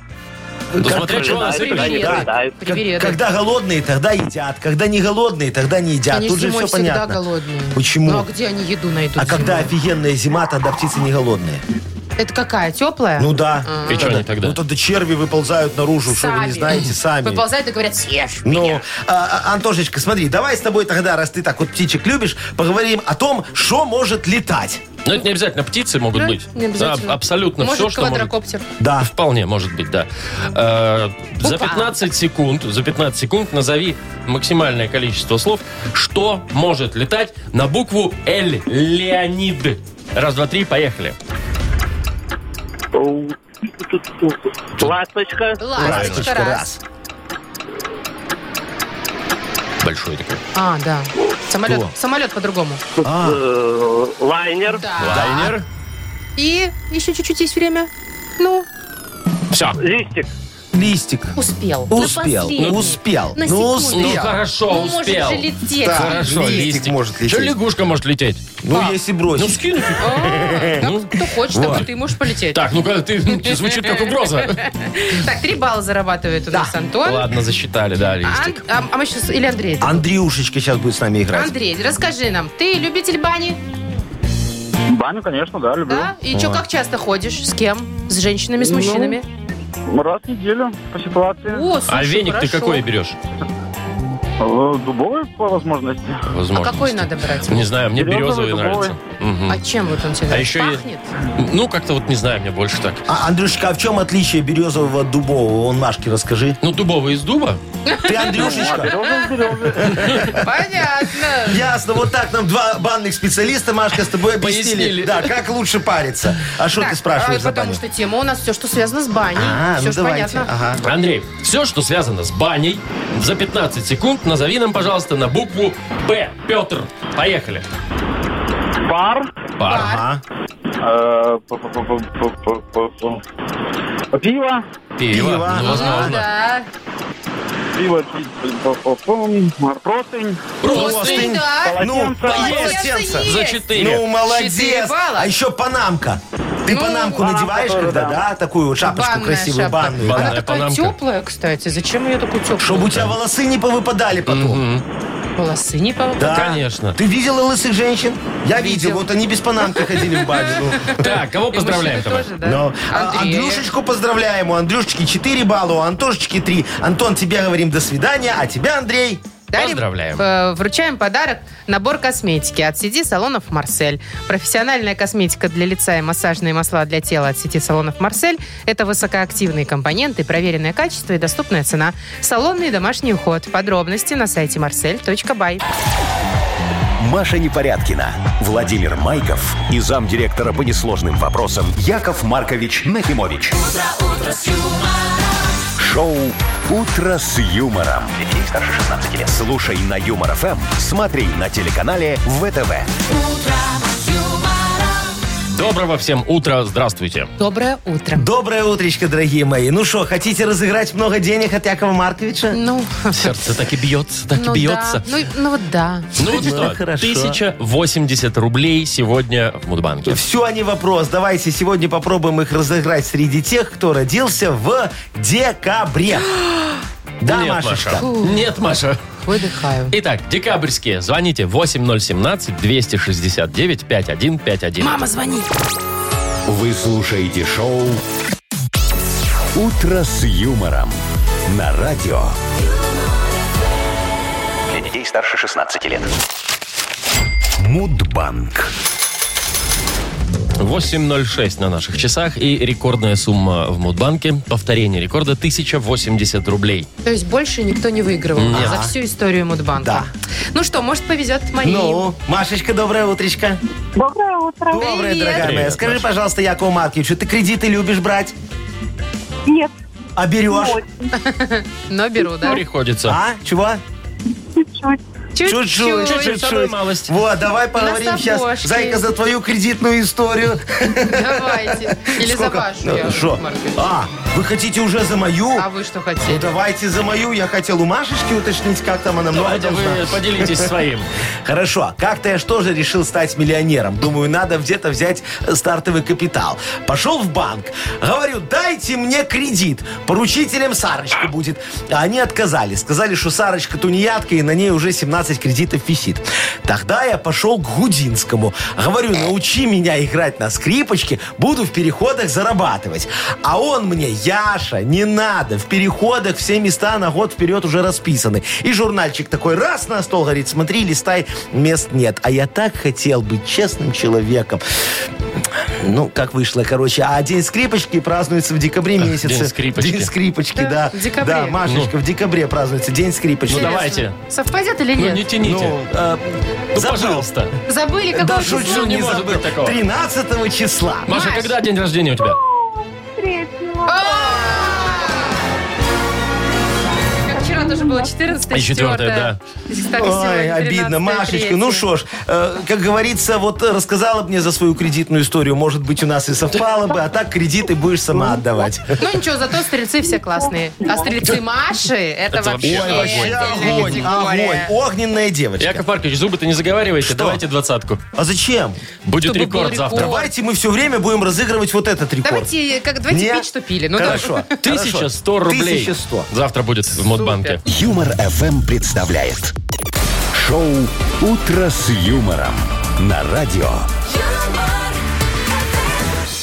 [SPEAKER 2] Ну, смотря что
[SPEAKER 7] Да,
[SPEAKER 2] насыпешь.
[SPEAKER 7] когда не
[SPEAKER 3] Привет.
[SPEAKER 7] прилетает.
[SPEAKER 4] Как-
[SPEAKER 3] Привет.
[SPEAKER 4] когда голодные, тогда едят. Когда не голодные, тогда не едят.
[SPEAKER 3] Они
[SPEAKER 4] Тут же
[SPEAKER 3] зимой
[SPEAKER 4] все
[SPEAKER 3] всегда
[SPEAKER 4] понятно.
[SPEAKER 3] голодные.
[SPEAKER 4] Почему?
[SPEAKER 3] Ну а где они еду найдут?
[SPEAKER 4] А когда
[SPEAKER 3] зимой?
[SPEAKER 4] офигенная зима, тогда птицы не голодные.
[SPEAKER 3] Это какая? Теплая?
[SPEAKER 4] Ну да.
[SPEAKER 2] И что они тогда?
[SPEAKER 4] Ну тогда черви выползают наружу, что вы не знаете сами.
[SPEAKER 3] Выползают и говорят, съешь
[SPEAKER 4] Ну,
[SPEAKER 3] меня.
[SPEAKER 4] а, а, Антошечка, смотри, давай с тобой тогда, раз ты так вот птичек любишь, поговорим о том, что может летать.
[SPEAKER 2] Но это не обязательно птицы могут
[SPEAKER 3] Да,
[SPEAKER 2] быть.
[SPEAKER 3] не обязательно.
[SPEAKER 2] Да, абсолютно
[SPEAKER 3] Может,
[SPEAKER 2] все, Ну, что может.
[SPEAKER 3] квадрокоптер.
[SPEAKER 4] Да.
[SPEAKER 2] А Вполне может быть, да. Э, за
[SPEAKER 3] Опа.
[SPEAKER 2] 15 секунд, за 15 секунд назови максимальное количество слов, что может летать на букву Л. Леонид. Раз, два, три, поехали.
[SPEAKER 7] Ласточка.
[SPEAKER 3] Ласточка, раз.
[SPEAKER 2] Большой такой.
[SPEAKER 3] А, да. Самолет,
[SPEAKER 4] Кто?
[SPEAKER 3] самолет по-другому.
[SPEAKER 4] А,
[SPEAKER 7] э, Лайнер.
[SPEAKER 3] Да.
[SPEAKER 2] Лайнер.
[SPEAKER 3] И еще чуть-чуть есть время. Ну,
[SPEAKER 2] Все.
[SPEAKER 7] Листик.
[SPEAKER 4] листик.
[SPEAKER 3] успел. Ну,
[SPEAKER 4] Успел,
[SPEAKER 3] последний.
[SPEAKER 4] успел,
[SPEAKER 3] На
[SPEAKER 4] ну
[SPEAKER 3] секунду.
[SPEAKER 2] Ну
[SPEAKER 4] успел.
[SPEAKER 2] хорошо,
[SPEAKER 3] Ну, может
[SPEAKER 2] успел.
[SPEAKER 3] же лететь.
[SPEAKER 4] Да.
[SPEAKER 2] Хорошо,
[SPEAKER 4] Листик
[SPEAKER 2] листик.
[SPEAKER 4] может
[SPEAKER 2] Чё
[SPEAKER 4] лететь.
[SPEAKER 2] лягушка может лететь?
[SPEAKER 4] Ну, если
[SPEAKER 2] Ну,
[SPEAKER 4] бросить.
[SPEAKER 2] скинь.
[SPEAKER 3] А,
[SPEAKER 2] Ну.
[SPEAKER 3] Кто хочет, так и ты можешь полететь.
[SPEAKER 2] Так, ну-ка, ты, ну, ты звучит как угроза.
[SPEAKER 3] Так, три балла зарабатывает у нас Антон.
[SPEAKER 2] Ладно, засчитали, да,
[SPEAKER 3] А,
[SPEAKER 2] листик.
[SPEAKER 3] Ан- а- а мы сейчас... Или Андрей. это был?
[SPEAKER 4] Андрюшечка сейчас будет с нами играть.
[SPEAKER 3] Андрей, расскажи нам, ты любитель бани,
[SPEAKER 7] Баню, конечно, да, люблю.
[SPEAKER 3] да? И что, как часто ходишь? С кем? С женщинами, с мужчинами?
[SPEAKER 7] Раз в неделю по ситуации.
[SPEAKER 3] О, слушай,
[SPEAKER 2] А веник ты
[SPEAKER 3] ну, хорошо.
[SPEAKER 2] какой берешь?
[SPEAKER 7] Э, Дубовый по возможности.
[SPEAKER 3] А
[SPEAKER 2] Возможно.
[SPEAKER 3] какой надо брать?
[SPEAKER 2] Не знаю, мне березовый
[SPEAKER 7] Березовый,
[SPEAKER 2] нравится. Мгм.
[SPEAKER 3] А чем вот он тебе
[SPEAKER 2] А еще и-
[SPEAKER 3] пахнет?
[SPEAKER 2] Ну, как-то вот не знаю, мне больше так.
[SPEAKER 4] А, Андрюшечка, а в чем отличие березового от дубового? Он Машке расскажи.
[SPEAKER 2] Ну, дубовый из дуба?
[SPEAKER 4] Ты,
[SPEAKER 7] Ну,
[SPEAKER 3] А,
[SPEAKER 4] Андрюшечка?
[SPEAKER 3] Понятно.
[SPEAKER 4] Ясно, вот так нам два банных специалиста, Машка, с тобой объяснили.
[SPEAKER 2] Пояснили.
[SPEAKER 4] Да, как лучше париться. А что
[SPEAKER 3] Так,
[SPEAKER 4] ты спрашиваешь
[SPEAKER 3] а,
[SPEAKER 4] за
[SPEAKER 3] Потому
[SPEAKER 4] баню?
[SPEAKER 3] что тема у нас все, что связано с баней.
[SPEAKER 4] А,
[SPEAKER 3] все
[SPEAKER 4] ну
[SPEAKER 3] же
[SPEAKER 4] давайте.
[SPEAKER 3] понятно.
[SPEAKER 4] Ага.
[SPEAKER 2] Андрей, все, что связано с баней, за 15 секунд назови нам, пожалуйста, на букву Б. Петр, поехали.
[SPEAKER 7] Бар. э,
[SPEAKER 2] Пар.
[SPEAKER 4] Ага.
[SPEAKER 7] Пиво.
[SPEAKER 2] Пиво.
[SPEAKER 4] Пиво.
[SPEAKER 2] Ну,
[SPEAKER 4] Ну
[SPEAKER 3] Ну
[SPEAKER 2] возможно.
[SPEAKER 3] да.
[SPEAKER 7] Пиво. Простынь.
[SPEAKER 2] Простынь.
[SPEAKER 3] да.
[SPEAKER 4] Ну,
[SPEAKER 3] Полотенце
[SPEAKER 4] полотенце.
[SPEAKER 3] есть.
[SPEAKER 2] За 4.
[SPEAKER 4] Ну,
[SPEAKER 3] Четыре
[SPEAKER 4] молодец.
[SPEAKER 3] балла.
[SPEAKER 4] А еще панамка. Ты
[SPEAKER 3] Ну,
[SPEAKER 4] панамку
[SPEAKER 7] панамка
[SPEAKER 4] надеваешь,
[SPEAKER 7] тоже,
[SPEAKER 4] когда,
[SPEAKER 7] да.
[SPEAKER 4] да, такую вот шапочку
[SPEAKER 3] Банная
[SPEAKER 4] красивую,
[SPEAKER 3] шапка.
[SPEAKER 4] банную.
[SPEAKER 2] Банная
[SPEAKER 3] Она такая
[SPEAKER 2] панамка.
[SPEAKER 3] теплая, кстати. Зачем ее такую теплую?
[SPEAKER 4] Чтобы у тебя волосы не повыпадали потом.
[SPEAKER 3] волосы не по...
[SPEAKER 4] Да.
[SPEAKER 2] Конечно.
[SPEAKER 4] Ты видела лысых женщин? Я видел.
[SPEAKER 3] Видел.
[SPEAKER 4] Вот они без панамки ходили в баню. ну.
[SPEAKER 2] Так, кого
[SPEAKER 3] И мужчины
[SPEAKER 2] поздравляем тогда?
[SPEAKER 3] тоже, да. э,
[SPEAKER 4] Но, а,
[SPEAKER 3] Андрея.
[SPEAKER 4] Андрюшечку поздравляем. У Андрюшечки 4 балла, у Антошечки 3. Антон, тебе говорим до свидания, а тебя, Андрей,
[SPEAKER 3] Дарим,
[SPEAKER 2] Поздравляем.
[SPEAKER 3] э, вручаем подарок набор косметики от сети салонов «Марсель». Профессиональная косметика для лица и массажные масла для тела от сети салонов «Марсель» – это высокоактивные компоненты, проверенное качество и доступная цена. Салонный и домашний уход. Подробности на сайте marsel.by.
[SPEAKER 1] Маша Непорядкина, Владимир Майков и замдиректора по несложным вопросам Яков Маркович Нахимович. Шоу Утро с юмором. Детей старше 16 лет. Слушай на юмор ФМ, смотри на телеканале ВТВ.
[SPEAKER 2] Доброго всем утра, здравствуйте.
[SPEAKER 3] Доброе утро.
[SPEAKER 4] доброе утречко, дорогие мои. Ну что, хотите разыграть много денег от Якова Марковича?
[SPEAKER 3] Ну,
[SPEAKER 2] Сердце так и бьется, так
[SPEAKER 3] ну
[SPEAKER 2] и бьется.
[SPEAKER 3] да. Ну, ну вот да.
[SPEAKER 2] Ну,
[SPEAKER 4] Ну,
[SPEAKER 2] что,
[SPEAKER 4] хорошо.
[SPEAKER 2] 1080 рублей сегодня в Мудбанке.
[SPEAKER 4] Все, а не вопрос. Давайте сегодня попробуем их разыграть среди тех, кто родился в декабре. Да,
[SPEAKER 2] Нет,
[SPEAKER 4] Машечка?
[SPEAKER 2] Маша. Нет, Маша.
[SPEAKER 3] Выдыхаю.
[SPEAKER 2] Итак, декабрьские. Звоните 8017-269-5151.
[SPEAKER 3] Мама, звони.
[SPEAKER 1] Вы слушаете шоу Утро с юмором на радио.
[SPEAKER 5] Для детей старше 16 лет.
[SPEAKER 1] Мудбанк.
[SPEAKER 2] 8.06 на наших часах и рекордная сумма в Мудбанке. Повторение рекорда 1080 рублей.
[SPEAKER 3] То есть больше никто не выигрывал за всю историю Мудбанка.
[SPEAKER 4] Да.
[SPEAKER 3] Ну что, может, повезет Марии.
[SPEAKER 4] Ну, Машечка, доброе утречко.
[SPEAKER 8] Доброе утро.
[SPEAKER 4] Доброе,
[SPEAKER 3] Привет.
[SPEAKER 4] дорогая моя.
[SPEAKER 2] Привет,
[SPEAKER 4] Скажи,
[SPEAKER 2] Маша.
[SPEAKER 4] пожалуйста, Якову Марковичу, ты кредиты любишь брать?
[SPEAKER 8] Нет,
[SPEAKER 4] А
[SPEAKER 8] не
[SPEAKER 4] берешь?
[SPEAKER 8] очень.
[SPEAKER 3] Но беру, да?
[SPEAKER 4] Ну,
[SPEAKER 2] Приходится.
[SPEAKER 4] А? Чего?
[SPEAKER 8] чуть-чуть.
[SPEAKER 4] Чуть-чуть,
[SPEAKER 2] Чуть-чуть, самую малость.
[SPEAKER 4] Вот, давай поговорим
[SPEAKER 3] На
[SPEAKER 4] сейчас,
[SPEAKER 3] сапожки.
[SPEAKER 4] зайка, за твою кредитную историю.
[SPEAKER 3] Давайте. Или за
[SPEAKER 4] Сколько?
[SPEAKER 3] вашу,
[SPEAKER 4] Э,
[SPEAKER 3] Яков
[SPEAKER 4] шо?
[SPEAKER 3] Маркович.
[SPEAKER 4] А, вы хотите уже за мою?
[SPEAKER 3] А вы что
[SPEAKER 4] Ну
[SPEAKER 3] хотели?
[SPEAKER 4] давайте за мою. Я хотел у Машечки уточнить, как там она много
[SPEAKER 2] Давайте
[SPEAKER 4] должна.
[SPEAKER 2] вы поделитесь своим. Ну,
[SPEAKER 4] Хорошо. Как-то я же тоже решил стать миллионером. Думаю, надо где-то взять стартовый капитал. Пошел в банк. Говорю, дайте мне кредит. Поручителем Сарочка будет. А они отказали. Сказали, что Сарочка тунеядка, и на ней уже 17 кредитов висит. Тогда я пошел к Гудинскому. Говорю, научи меня играть на скрипочке, буду в переходах зарабатывать. А он мне, Яша, не надо, в переходах все места на год вперед уже расписаны. И журнальчик такой раз на стол говорит, смотри, листай, мест нет. А я так хотел быть честным человеком. Ну, как вышло, короче. А День скрипочки празднуется в декабре месяце.
[SPEAKER 2] День скрипочки.
[SPEAKER 4] День скрипочки, да.
[SPEAKER 3] в декабре.
[SPEAKER 4] Да, Машечка, в декабре празднуется День скрипочки.
[SPEAKER 2] Ну, давайте.
[SPEAKER 3] Совпадет или
[SPEAKER 2] Ну, не
[SPEAKER 3] нет?
[SPEAKER 4] Ну,
[SPEAKER 2] тяните.
[SPEAKER 4] э,
[SPEAKER 2] Ну,
[SPEAKER 4] забыл.
[SPEAKER 2] пожалуйста.
[SPEAKER 3] Забыли,
[SPEAKER 4] Да
[SPEAKER 3] какого
[SPEAKER 4] шучу,
[SPEAKER 3] числа?
[SPEAKER 2] не
[SPEAKER 4] не
[SPEAKER 2] может
[SPEAKER 4] забыл.
[SPEAKER 2] быть такого.
[SPEAKER 4] 13 числа.
[SPEAKER 2] Маша,
[SPEAKER 3] Маш.
[SPEAKER 2] когда день рождения у тебя?
[SPEAKER 8] Третьего.
[SPEAKER 3] А! Как вчера тоже было 14
[SPEAKER 2] И четвертое, да.
[SPEAKER 3] Кстати,
[SPEAKER 4] Ой,
[SPEAKER 3] сегодня
[SPEAKER 4] обидно,
[SPEAKER 3] 13-е,
[SPEAKER 4] Машечка.
[SPEAKER 3] третье.
[SPEAKER 4] Ну что ж, э, как говорится, вот э, рассказала б мне за свою кредитную историю, может быть, у нас и совпало бы, а так кредиты будешь сама отдавать.
[SPEAKER 3] Ну ничего, зато стрельцы все классные. А стрельцы Маши, это,
[SPEAKER 2] Это
[SPEAKER 3] вообще,
[SPEAKER 2] вообще огонь.
[SPEAKER 3] отдельная
[SPEAKER 4] огонь, огонь,
[SPEAKER 3] категория.
[SPEAKER 4] огненная девочка.
[SPEAKER 2] Яков Маркович, зубы-то не заговаривайте.
[SPEAKER 4] Что?
[SPEAKER 2] Давайте двадцатку.
[SPEAKER 4] А зачем?
[SPEAKER 2] Будет
[SPEAKER 3] Чтобы был
[SPEAKER 2] рекорд
[SPEAKER 3] рекорд.
[SPEAKER 2] завтра.
[SPEAKER 4] Давайте мы все время будем разыгрывать вот этот рекорд.
[SPEAKER 3] Давайте, как, давайте
[SPEAKER 4] Не?
[SPEAKER 3] пить, что пили. Ну,
[SPEAKER 4] Хорошо.
[SPEAKER 3] давай.
[SPEAKER 4] хорошо.
[SPEAKER 2] 1100 рублей.
[SPEAKER 4] 1100.
[SPEAKER 2] Завтра будет в Модбанке.
[SPEAKER 1] Юмор FM представляет шоу Утро с юмором на радио.
[SPEAKER 9] юмор,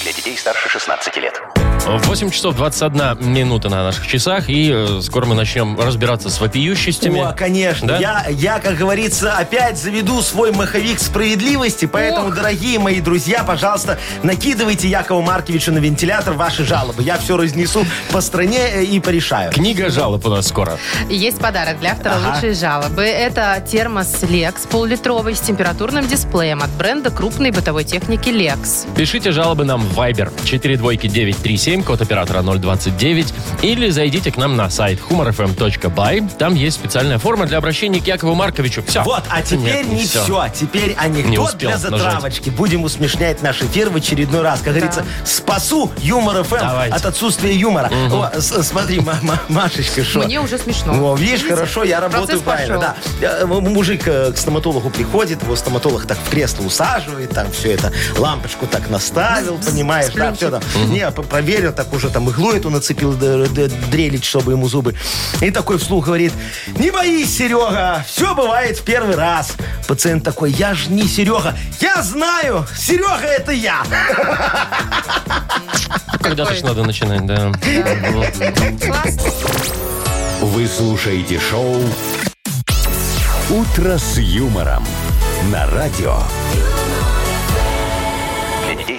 [SPEAKER 5] Для детей старше 16 лет.
[SPEAKER 2] 8 часов 21 минута на наших часах. И э, скоро мы начнем разбираться с вопиющестями.
[SPEAKER 4] О, конечно.
[SPEAKER 2] Да?
[SPEAKER 4] Я, я, как говорится, опять заведу свой маховик справедливости, поэтому, дорогие мои друзья, пожалуйста, накидывайте Якову Марковичу на вентилятор ваши жалобы. Я все разнесу по стране э, и порешаю.
[SPEAKER 2] Книга жалоб у нас скоро.
[SPEAKER 3] И Есть подарок для автора
[SPEAKER 4] Ага.
[SPEAKER 3] лучшей жалобы. Это термос Lex полулитровый с температурным дисплеем от бренда крупной бытовой техники Lex.
[SPEAKER 2] Пишите жалобы нам в Viber 42937, код оператора 029, или зайдите к нам на сайт humorfm.by. Там есть специальная форма для обращения к Якову Марковичу. Все.
[SPEAKER 4] Вот, а теперь
[SPEAKER 2] Нет,
[SPEAKER 4] не все. Теперь
[SPEAKER 2] Не
[SPEAKER 4] анекдот
[SPEAKER 2] успел
[SPEAKER 4] для затравочки. Будем усмешнять наш эфир в очередной раз. Как говорится, спасу юмор ФМ
[SPEAKER 2] Давайте.
[SPEAKER 4] от отсутствия юмора. О, с- смотри, ма- ма- Машечка, что?
[SPEAKER 3] Мне уже смешно.
[SPEAKER 4] О, видишь,
[SPEAKER 3] Видите?
[SPEAKER 4] хорошо, я работаю
[SPEAKER 3] Процесс
[SPEAKER 4] правильно.
[SPEAKER 3] пошел.
[SPEAKER 4] Да. Э, м- Мужик э, к стоматологу приходит, его стоматолог так в кресло усаживает, там все это, лампочку так наставил, понимаешь, да, все там. Не, п- проверил, так уже там иглу эту нацепил, д- д- дрелить, чтобы ему зубы. И такой вслух говорит, не боись, Серега, все бывает в первый раз. Пациент такой, я ж не Серега, я знаю, Серега это я.
[SPEAKER 2] Когда-то ж надо начинать, да.
[SPEAKER 1] Вы слушаете шоу Утро с юмором на радио.
[SPEAKER 5] Для детей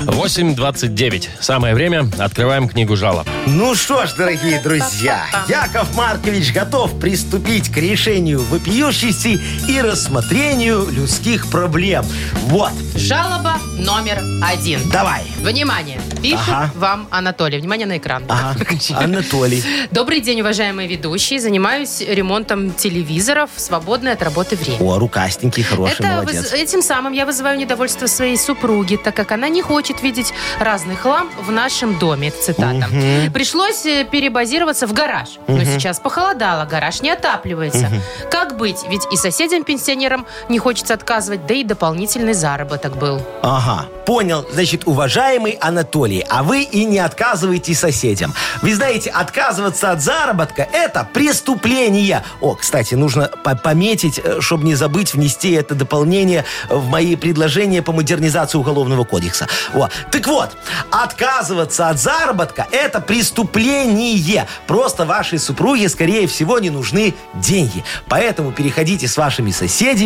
[SPEAKER 2] 8.29. Самое время. Открываем книгу жалоб.
[SPEAKER 4] Ну что ж, дорогие друзья, Яков Маркович готов приступить к решению вопиющести и рассмотрению людских проблем. Вот,
[SPEAKER 3] Жалоба номер один.
[SPEAKER 4] давай.
[SPEAKER 3] Внимание! Пишет
[SPEAKER 4] Ага.
[SPEAKER 3] вам Анатолий. Внимание на экран.
[SPEAKER 4] Ага, Анатолий.
[SPEAKER 3] Добрый день, уважаемые ведущие. Занимаюсь ремонтом телевизоров в свободное от работы время.
[SPEAKER 4] О, рукастенький, хороший,
[SPEAKER 3] Это
[SPEAKER 4] молодец.
[SPEAKER 3] воз- этим самым я вызываю недовольство своей супруги, так как она не хочет видеть разный хлам в нашем доме. Это Цитата. Пришлось э, перебазироваться в гараж. Но сейчас похолодало, гараж не отапливается. Как быть? Ведь и соседям-пенсионерам не хочется отказывать, да и дополнительный заработок был.
[SPEAKER 4] Ага, понял. Значит, уважаемый Анатолий, а вы и не отказывайте соседям. Вы знаете, отказываться от заработка – это преступление. О, кстати, нужно по- пометить, чтобы не забыть внести это дополнение э, в мои предложения по модернизации Уголовного кодекса. О. Так вот, отказываться от заработка – это преступление. Просто вашей супруге, скорее всего, не нужны деньги. Поэтому переходите с вашими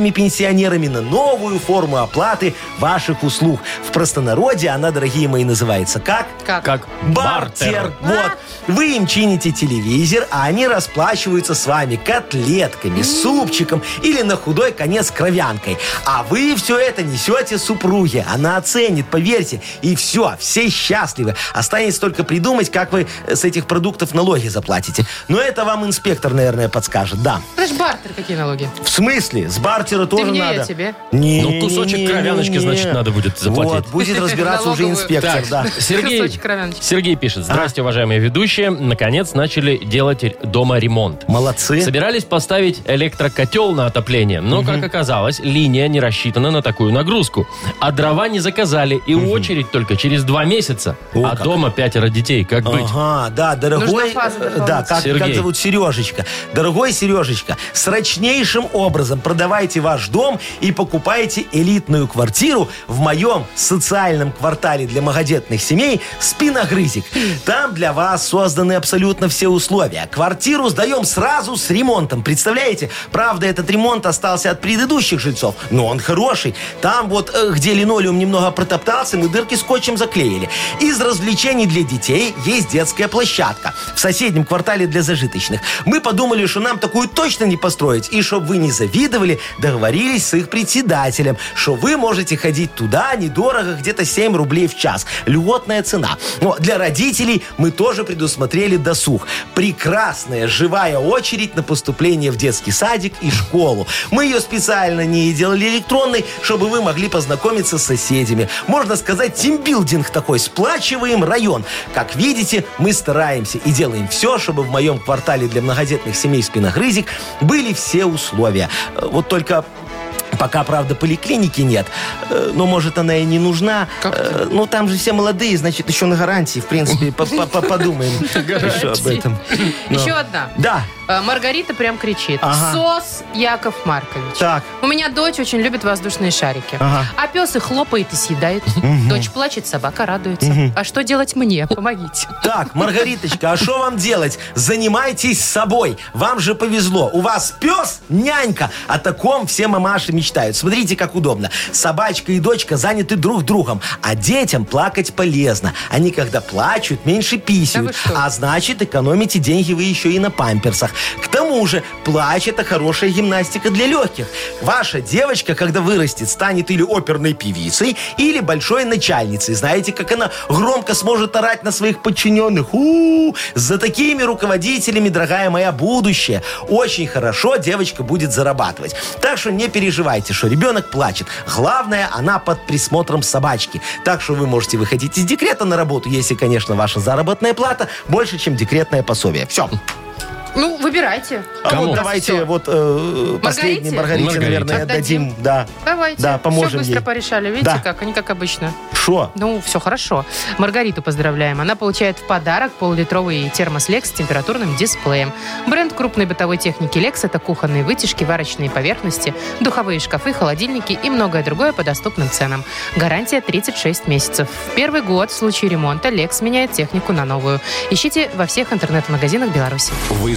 [SPEAKER 4] соседями-пенсионерами на новую форму оплаты ваших услуг. В простонародье она, дорогие мои, называется как?
[SPEAKER 3] Как?
[SPEAKER 2] Как бартер.
[SPEAKER 4] Бартер. Вот. Вы им чините телевизор, а они расплачиваются с вами котлетками, супчиком или на худой конец кровянкой. А вы все это несете супруге. Она оценит, поверьте. И все, все счастливы. Останется только придумать, как вы вы с этих продуктов налоги заплатите. Но это вам инспектор, наверное, подскажет, да.
[SPEAKER 3] Это ж бартер, какие налоги?
[SPEAKER 4] В смысле? С бартера тоже
[SPEAKER 3] мне,
[SPEAKER 4] надо?
[SPEAKER 3] я тебе.
[SPEAKER 4] Не,
[SPEAKER 2] Ну, кусочек
[SPEAKER 4] не, не,
[SPEAKER 2] кровяночки,
[SPEAKER 4] не.
[SPEAKER 2] значит, надо будет заплатить.
[SPEAKER 4] Вот, будет разбираться уже
[SPEAKER 3] Налоговую.
[SPEAKER 4] инспектор,
[SPEAKER 2] Так,
[SPEAKER 4] да.
[SPEAKER 2] Сергей,
[SPEAKER 3] Кусочек кровяночки.
[SPEAKER 2] Сергей пишет. Здравствуйте, уважаемые ведущие. Наконец начали делать ре- дома ремонт.
[SPEAKER 4] Молодцы.
[SPEAKER 2] Собирались поставить электрокотел на отопление, но, как оказалось, линия не рассчитана на такую нагрузку. А дрова не заказали, и очередь только через два месяца.
[SPEAKER 4] О,
[SPEAKER 2] а
[SPEAKER 4] как.
[SPEAKER 2] дома пятеро детей, как быть?
[SPEAKER 4] Ага, да,
[SPEAKER 3] Нужна
[SPEAKER 4] дорогой,
[SPEAKER 3] фаза
[SPEAKER 4] э,
[SPEAKER 3] дополнительная.
[SPEAKER 4] да, как,
[SPEAKER 2] Сергей.
[SPEAKER 4] как зовут Сережечка. Дорогой Сережечка, срочнейшим образом продавайте ваш дом и покупайте элитную квартиру в моем социальном квартале для многодетных семей «Спиногрызик». Там для вас созданы абсолютно все условия. Квартиру сдаем сразу с ремонтом, представляете? Правда, этот ремонт остался от предыдущих жильцов, но он хороший. Там вот, э, где линолеум немного протоптался, мы дырки скотчем заклеили. Из развлечений для детей есть детская площадка в соседнем квартале для зажиточных. Мы подумали, что нам такую точно не построить. И чтобы вы не завидовали, договорились с их председателем, что вы можете ходить туда недорого, где-то 7 рублей в час. Льготная цена. Но для родителей мы тоже предусмотрели досуг. Прекрасная живая очередь на поступление в детский садик и школу. Мы ее специально не делали электронной, чтобы вы могли познакомиться с соседями. Можно сказать, тимбилдинг такой. Сплачиваем район. Как видите, мы стараемся и делаем все, чтобы в моем квартале для многодетных семей спиногрызик были все условия. Э, Вот только Пока, правда, поликлиники нет. Э, Но, может, она и не нужна.
[SPEAKER 3] Как ты?
[SPEAKER 4] Э, Ну, там же все молодые, значит, еще на гарантии. В принципе, по- по- по- подумаем еще об этом. Ну.
[SPEAKER 3] Еще одна.
[SPEAKER 4] Да,
[SPEAKER 3] Э, Маргарита прям кричит.
[SPEAKER 4] Ага.
[SPEAKER 3] Сос Яков Маркович.
[SPEAKER 4] так.
[SPEAKER 3] У меня дочь очень любит воздушные шарики.
[SPEAKER 4] Ага.
[SPEAKER 3] А пес их хлопает и съедает. Дочь плачет, собака радуется. А что делать мне? Помогите.
[SPEAKER 4] Так, Маргариточка, а что вам делать? Занимайтесь собой. Вам же повезло. У вас пес, нянька. О таком все мамаши мечтают. Смотрите, как удобно. Собачка и дочка заняты друг другом. А детям плакать полезно. Они, когда плачут, меньше писают.
[SPEAKER 3] что?
[SPEAKER 4] а значит, экономите деньги вы еще и на памперсах. К тому же, плач – это хорошая гимнастика для легких. Ваша девочка, когда вырастет, станет или оперной певицей, или большой начальницей. Знаете, как она громко сможет орать на своих подчиненных? У-у-у! За такими руководителями, дорогая моя, будущее. Очень хорошо девочка будет зарабатывать. Так что не переживайте, что ребенок плачет. Главное, она под присмотром собачки. Так что вы можете выходить из декрета на работу, если, конечно, ваша заработная плата больше, чем декретное пособие. Все.
[SPEAKER 3] Ну, выбирайте.
[SPEAKER 4] А
[SPEAKER 2] Кому?
[SPEAKER 4] вот давайте
[SPEAKER 3] Всё.
[SPEAKER 4] вот э, последний Маргарите,
[SPEAKER 2] Маргарите.
[SPEAKER 4] наверное,
[SPEAKER 3] Отдадим.
[SPEAKER 4] отдадим. Да.
[SPEAKER 3] Давайте.
[SPEAKER 4] Да, поможем
[SPEAKER 3] Все быстро
[SPEAKER 4] ей.
[SPEAKER 3] порешали. Видите,
[SPEAKER 4] Да.
[SPEAKER 3] как? Они как обычно.
[SPEAKER 4] Шо?
[SPEAKER 3] Ну, все хорошо. Маргариту поздравляем. Она получает в подарок полулитровый термос Lex с температурным дисплеем. Бренд крупной бытовой техники Lex – это кухонные вытяжки, варочные поверхности, духовые шкафы, холодильники и многое другое по доступным ценам. Гарантия 36 месяцев. В первый год в случае ремонта Lex меняет технику на новую. Ищите во всех интернет-магазинах Беларуси.
[SPEAKER 1] Вы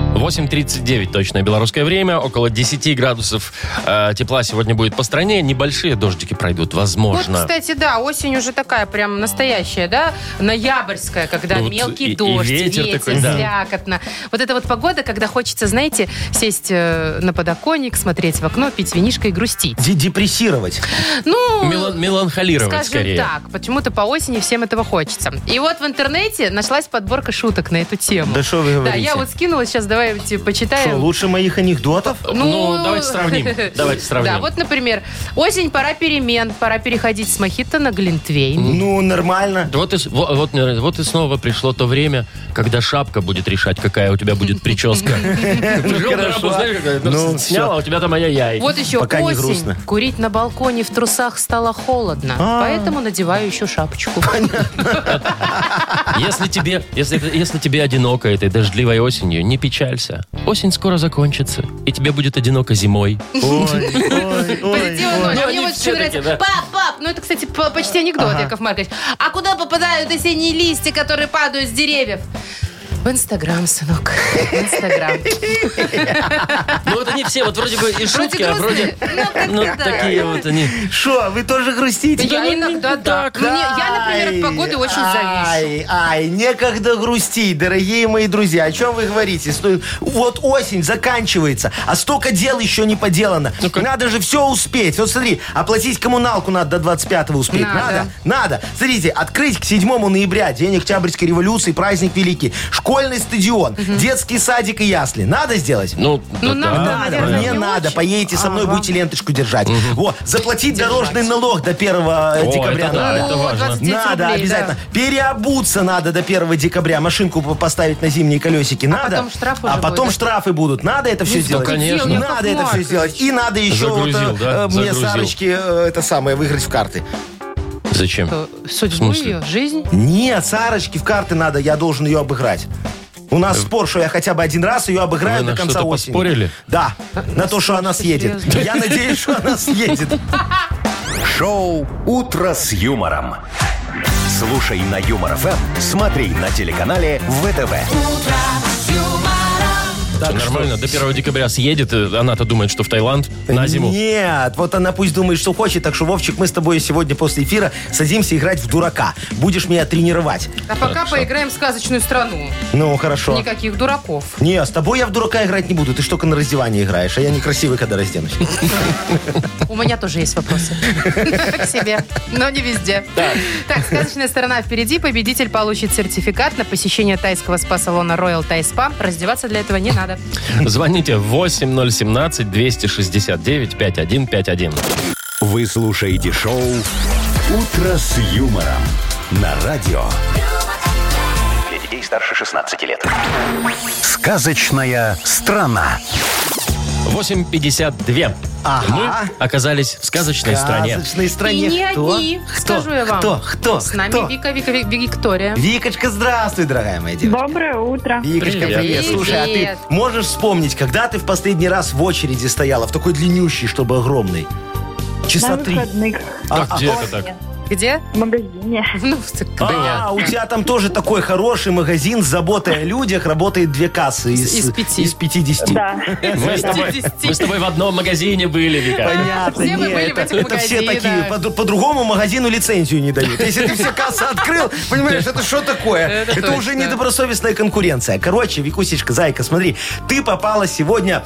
[SPEAKER 2] 8.39 точное белорусское время. Около 10 градусов э, тепла сегодня будет по стране. Небольшие дождики пройдут, возможно.
[SPEAKER 3] Вот, кстати, да, осень уже такая прям настоящая, да, ноябрьская, когда
[SPEAKER 2] Ну вот
[SPEAKER 3] мелкий
[SPEAKER 2] и- и
[SPEAKER 3] дождь,
[SPEAKER 2] ветер
[SPEAKER 3] ветер,
[SPEAKER 2] такой, да.
[SPEAKER 3] слякотно. Вот эта вот погода, когда хочется, знаете, сесть э, на подоконник, смотреть в окно, пить винишко и грустить.
[SPEAKER 4] Де- Депрессировать.
[SPEAKER 3] Ну,
[SPEAKER 2] Мелан- меланхолировать
[SPEAKER 3] скажем
[SPEAKER 2] скорее.
[SPEAKER 3] так, почему-то по осени всем этого хочется. И вот в интернете нашлась подборка шуток на эту тему.
[SPEAKER 4] Да что вы
[SPEAKER 3] Да,
[SPEAKER 4] говорите?
[SPEAKER 3] я вот скинула, сейчас давайте
[SPEAKER 4] Шо,
[SPEAKER 3] типа, почитаем.
[SPEAKER 4] лучше моих анекдотов?
[SPEAKER 2] Ну, давайте сравним. Давайте сравним.
[SPEAKER 3] Да, вот, например, осень, пора перемен, пора переходить с мохито на глинтвейн.
[SPEAKER 4] Ну, нормально.
[SPEAKER 2] Да Вот и, с- во- вот, мне нравится. вот и снова пришло то время, когда шапка будет решать, какая у тебя будет прическа. Пришел на работу, знаешь, какая,
[SPEAKER 4] Ну,
[SPEAKER 2] Сняла, а у тебя там ай-яй-яй.
[SPEAKER 3] Вот еще
[SPEAKER 4] Пока не
[SPEAKER 3] осень.
[SPEAKER 4] грустно.
[SPEAKER 3] Курить на балконе в трусах стало холодно,
[SPEAKER 2] А.
[SPEAKER 3] поэтому надеваю еще шапочку.
[SPEAKER 2] Если тебе, если, если тебе одиноко этой дождливой осенью, не печалься. Осень скоро закончится, и тебе будет одиноко зимой.
[SPEAKER 4] Ой, ой, ой,
[SPEAKER 3] Позитивная
[SPEAKER 4] ой.
[SPEAKER 3] ночь. А
[SPEAKER 2] Ну,
[SPEAKER 3] Мне
[SPEAKER 2] они
[SPEAKER 3] вот еще
[SPEAKER 2] все-таки,
[SPEAKER 3] нравится.
[SPEAKER 2] да.
[SPEAKER 3] Пап, пап! Ну, это, кстати, по- почти анекдот, Яков Маркович. А куда попадают осенние листья, которые падают с деревьев? В Инстаграм, сынок. В Инстаграм.
[SPEAKER 2] Ну, это не все, вот вроде бы и шутки, а вроде...
[SPEAKER 9] грустные, но как-то
[SPEAKER 2] Ну,
[SPEAKER 9] да.
[SPEAKER 2] такие вот они.
[SPEAKER 4] Шо, вы тоже грустите? ну,
[SPEAKER 3] Я иногда так. Мне- Я, например, от погоды очень завишу.
[SPEAKER 4] Ай, ай, некогда грустить, дорогие мои друзья. О чем вы говорите? Сто- Вот осень заканчивается, а столько дел еще не поделано.
[SPEAKER 2] Ну-ка.
[SPEAKER 4] Надо же все успеть. Вот смотри, оплатить коммуналку надо до 25-го успеть.
[SPEAKER 3] Надо.
[SPEAKER 4] Надо. надо, Смотрите, открыть к 7 ноября, день Октябрьской революции, праздник великий, школьный стадион, детский садик и ясли. Надо сделать?
[SPEAKER 2] Ну,
[SPEAKER 3] Ну,
[SPEAKER 2] да,
[SPEAKER 3] нам
[SPEAKER 2] да.
[SPEAKER 3] там,
[SPEAKER 4] Надо,
[SPEAKER 3] наверное,
[SPEAKER 4] мне
[SPEAKER 3] не
[SPEAKER 4] надо.
[SPEAKER 3] очень.
[SPEAKER 4] Поедете со мной,
[SPEAKER 3] Ага.
[SPEAKER 4] будете ленточку держать. Вот, заплатить дорожный налог до 1
[SPEAKER 2] О,
[SPEAKER 4] декабря
[SPEAKER 2] это да,
[SPEAKER 4] надо.
[SPEAKER 2] это
[SPEAKER 3] Ну,
[SPEAKER 2] важно.
[SPEAKER 3] 29
[SPEAKER 4] Надо
[SPEAKER 3] рублей,
[SPEAKER 4] обязательно.
[SPEAKER 3] да.
[SPEAKER 4] Переобуться надо до 1 декабря. Машинку по- поставить на зимние колесики. Надо.
[SPEAKER 3] потом штрафы
[SPEAKER 4] А
[SPEAKER 3] уже
[SPEAKER 4] потом
[SPEAKER 3] будут. Ну,
[SPEAKER 4] штрафы будут. Надо это все сделать.
[SPEAKER 2] конечно.
[SPEAKER 3] Яков
[SPEAKER 4] Надо это все
[SPEAKER 3] Маркович.
[SPEAKER 4] сделать. И надо еще
[SPEAKER 2] Загрузил,
[SPEAKER 4] вот, э,
[SPEAKER 2] да?
[SPEAKER 4] э, мне
[SPEAKER 2] Загрузил.
[SPEAKER 4] Сарочке э, это самое выиграть в карты.
[SPEAKER 2] Зачем?
[SPEAKER 3] Э,
[SPEAKER 2] В
[SPEAKER 3] Судьбу
[SPEAKER 2] смысле?
[SPEAKER 3] ее, жизнь.
[SPEAKER 4] Нет, Сарочке в карты надо, я должен ее обыграть. У нас спор, что я хотя бы один раз ее обыграю
[SPEAKER 2] Э, Вы на
[SPEAKER 4] до конца
[SPEAKER 2] что-то
[SPEAKER 4] осени.
[SPEAKER 2] поспорили?
[SPEAKER 4] Да, на то, что она съедет.
[SPEAKER 3] серьезно?
[SPEAKER 4] Я надеюсь, что она съедет.
[SPEAKER 1] Шоу «Утро с юмором». Слушай на Юмор ФМ, смотри на телеканале ВТВ.
[SPEAKER 2] Да, нормально, до 1 декабря съедет, э, она-то думает, что в Таиланд на зиму.
[SPEAKER 4] Нет, вот она пусть думает, что хочет. Так что, Вовчик, мы с тобой сегодня после эфира садимся играть в дурака. Будешь меня тренировать.
[SPEAKER 3] А пока
[SPEAKER 2] Хорошо.
[SPEAKER 3] поиграем в сказочную страну.
[SPEAKER 4] Ну, хорошо.
[SPEAKER 3] Никаких дураков.
[SPEAKER 4] Не, с тобой я в дурака играть не буду. Ты ж только на раздевание играешь, а я некрасивый, когда разденусь.
[SPEAKER 3] У меня тоже есть вопросы к себе, но не везде. Так, сказочная сторона впереди. Победитель получит сертификат на посещение тайского спа-салона Royal Thai Spa. Раздеваться для этого не надо.
[SPEAKER 2] Звоните 8017-269-5151.
[SPEAKER 1] Вы слушаете шоу «Утро с юмором» на радио.
[SPEAKER 5] Для детей старше 16 лет.
[SPEAKER 1] Сказочная страна.
[SPEAKER 2] 8.52.
[SPEAKER 4] Ага.
[SPEAKER 2] Мы оказались в сказочной стране.
[SPEAKER 4] Сказочной стране.
[SPEAKER 3] И не
[SPEAKER 4] Кто?
[SPEAKER 3] одни,
[SPEAKER 4] Кто?
[SPEAKER 3] скажу я вам.
[SPEAKER 4] Кто? Кто?
[SPEAKER 3] С нами
[SPEAKER 4] Кто?
[SPEAKER 3] Вика, Вика, Ви- Виктория.
[SPEAKER 4] Викочка, здравствуй, дорогая моя девочка.
[SPEAKER 8] Доброе утро.
[SPEAKER 4] Викочка,
[SPEAKER 2] Привет.
[SPEAKER 4] привет. Слушай, а
[SPEAKER 3] Привет.
[SPEAKER 4] ты можешь вспомнить, когда ты в последний раз в очереди стояла, в такой длиннющей, чтобы огромный?
[SPEAKER 8] На
[SPEAKER 4] Часа три.
[SPEAKER 8] выходных
[SPEAKER 2] Так,
[SPEAKER 4] А,
[SPEAKER 2] где
[SPEAKER 4] а,
[SPEAKER 2] это так?
[SPEAKER 3] Где?
[SPEAKER 8] в магазине.
[SPEAKER 3] Ну, в ц-
[SPEAKER 4] А, у тебя там тоже такой хороший магазин с заботой о людях. Работает две кассы из,
[SPEAKER 3] Из пяти.
[SPEAKER 4] Из 50.
[SPEAKER 8] Да.
[SPEAKER 2] Мы с, тобой,
[SPEAKER 3] 50.
[SPEAKER 2] мы с тобой в одном магазине были, Вика.
[SPEAKER 4] Понятно,
[SPEAKER 3] Все мы
[SPEAKER 4] не,
[SPEAKER 3] были в
[SPEAKER 4] это,
[SPEAKER 3] этих
[SPEAKER 4] это все
[SPEAKER 3] магазинах.
[SPEAKER 4] такие, по- по-другому магазину лицензию не дают. Если ты все кассы открыл, понимаешь, это что такое?
[SPEAKER 3] Это
[SPEAKER 4] Это уже
[SPEAKER 3] точно.
[SPEAKER 4] недобросовестная конкуренция. Короче, Викусечка, зайка, смотри, ты попала сегодня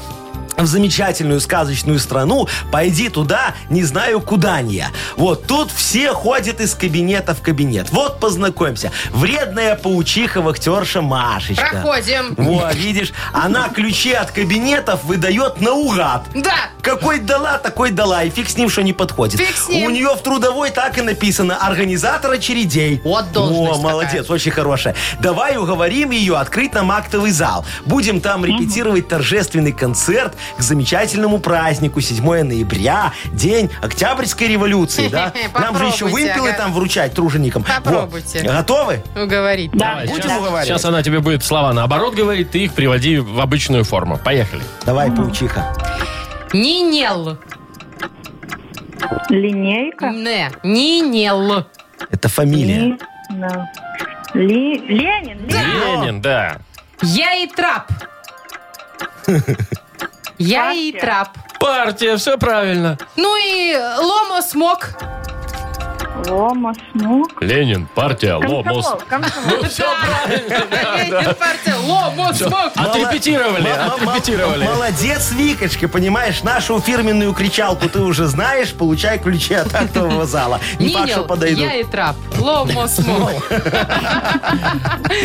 [SPEAKER 4] в замечательную сказочную страну, пойди туда, не знаю куда не. я. Вот тут все ходят из кабинета в кабинет. Вот познакомься. Вредная паучиха вахтерша Машечка.
[SPEAKER 3] Проходим.
[SPEAKER 4] Во, видишь, она ключи от кабинетов выдает наугад.
[SPEAKER 3] Да.
[SPEAKER 4] Какой дала, такой дала. И фиг с ним, что не подходит.
[SPEAKER 3] Фиг с ним.
[SPEAKER 4] У нее в трудовой так и написано. Организатор очередей.
[SPEAKER 3] Вот должность
[SPEAKER 4] О, молодец,
[SPEAKER 3] такая.
[SPEAKER 4] очень хорошая. Давай уговорим ее открыть нам актовый зал. Будем там репетировать торжественный концерт к замечательному празднику 7 ноября, день Октябрьской революции, да? Нам же еще
[SPEAKER 3] Попробуйте,
[SPEAKER 4] вымпелы
[SPEAKER 3] ага.
[SPEAKER 4] там вручать труженикам. Во.
[SPEAKER 3] Попробуйте.
[SPEAKER 4] Готовы?
[SPEAKER 3] Уговорить.
[SPEAKER 2] Давай,
[SPEAKER 4] Будем
[SPEAKER 2] сейчас,
[SPEAKER 4] уговаривать.
[SPEAKER 2] сейчас она тебе будет слова наоборот говорить, ты их приводи в обычную форму. Поехали.
[SPEAKER 4] Давай, паучиха.
[SPEAKER 3] Нинел.
[SPEAKER 8] Линейка.
[SPEAKER 3] Не. Нинел.
[SPEAKER 4] Это фамилия.
[SPEAKER 8] Ли- да. Ли- Ленин. Ленин.
[SPEAKER 2] Ленин, да.
[SPEAKER 3] Я и трап. Я и
[SPEAKER 8] Партия.
[SPEAKER 3] трап.
[SPEAKER 2] Партия, все правильно.
[SPEAKER 3] Ну и ломо смог.
[SPEAKER 8] Лома, смук.
[SPEAKER 2] Ленин, партия, ломос.
[SPEAKER 8] Комсомол. Комсомол.
[SPEAKER 2] Все правильно.
[SPEAKER 3] Партия. Ломо смог.
[SPEAKER 2] Отрепетировали,
[SPEAKER 4] М- м- м-
[SPEAKER 2] отрепетировали.
[SPEAKER 4] Молодец, Викочка, понимаешь, нашу фирменную кричалку ты уже знаешь, получай ключи от актового зала. Не
[SPEAKER 3] Нинел,
[SPEAKER 4] под что подойдут.
[SPEAKER 3] я и трап. Ломо смог.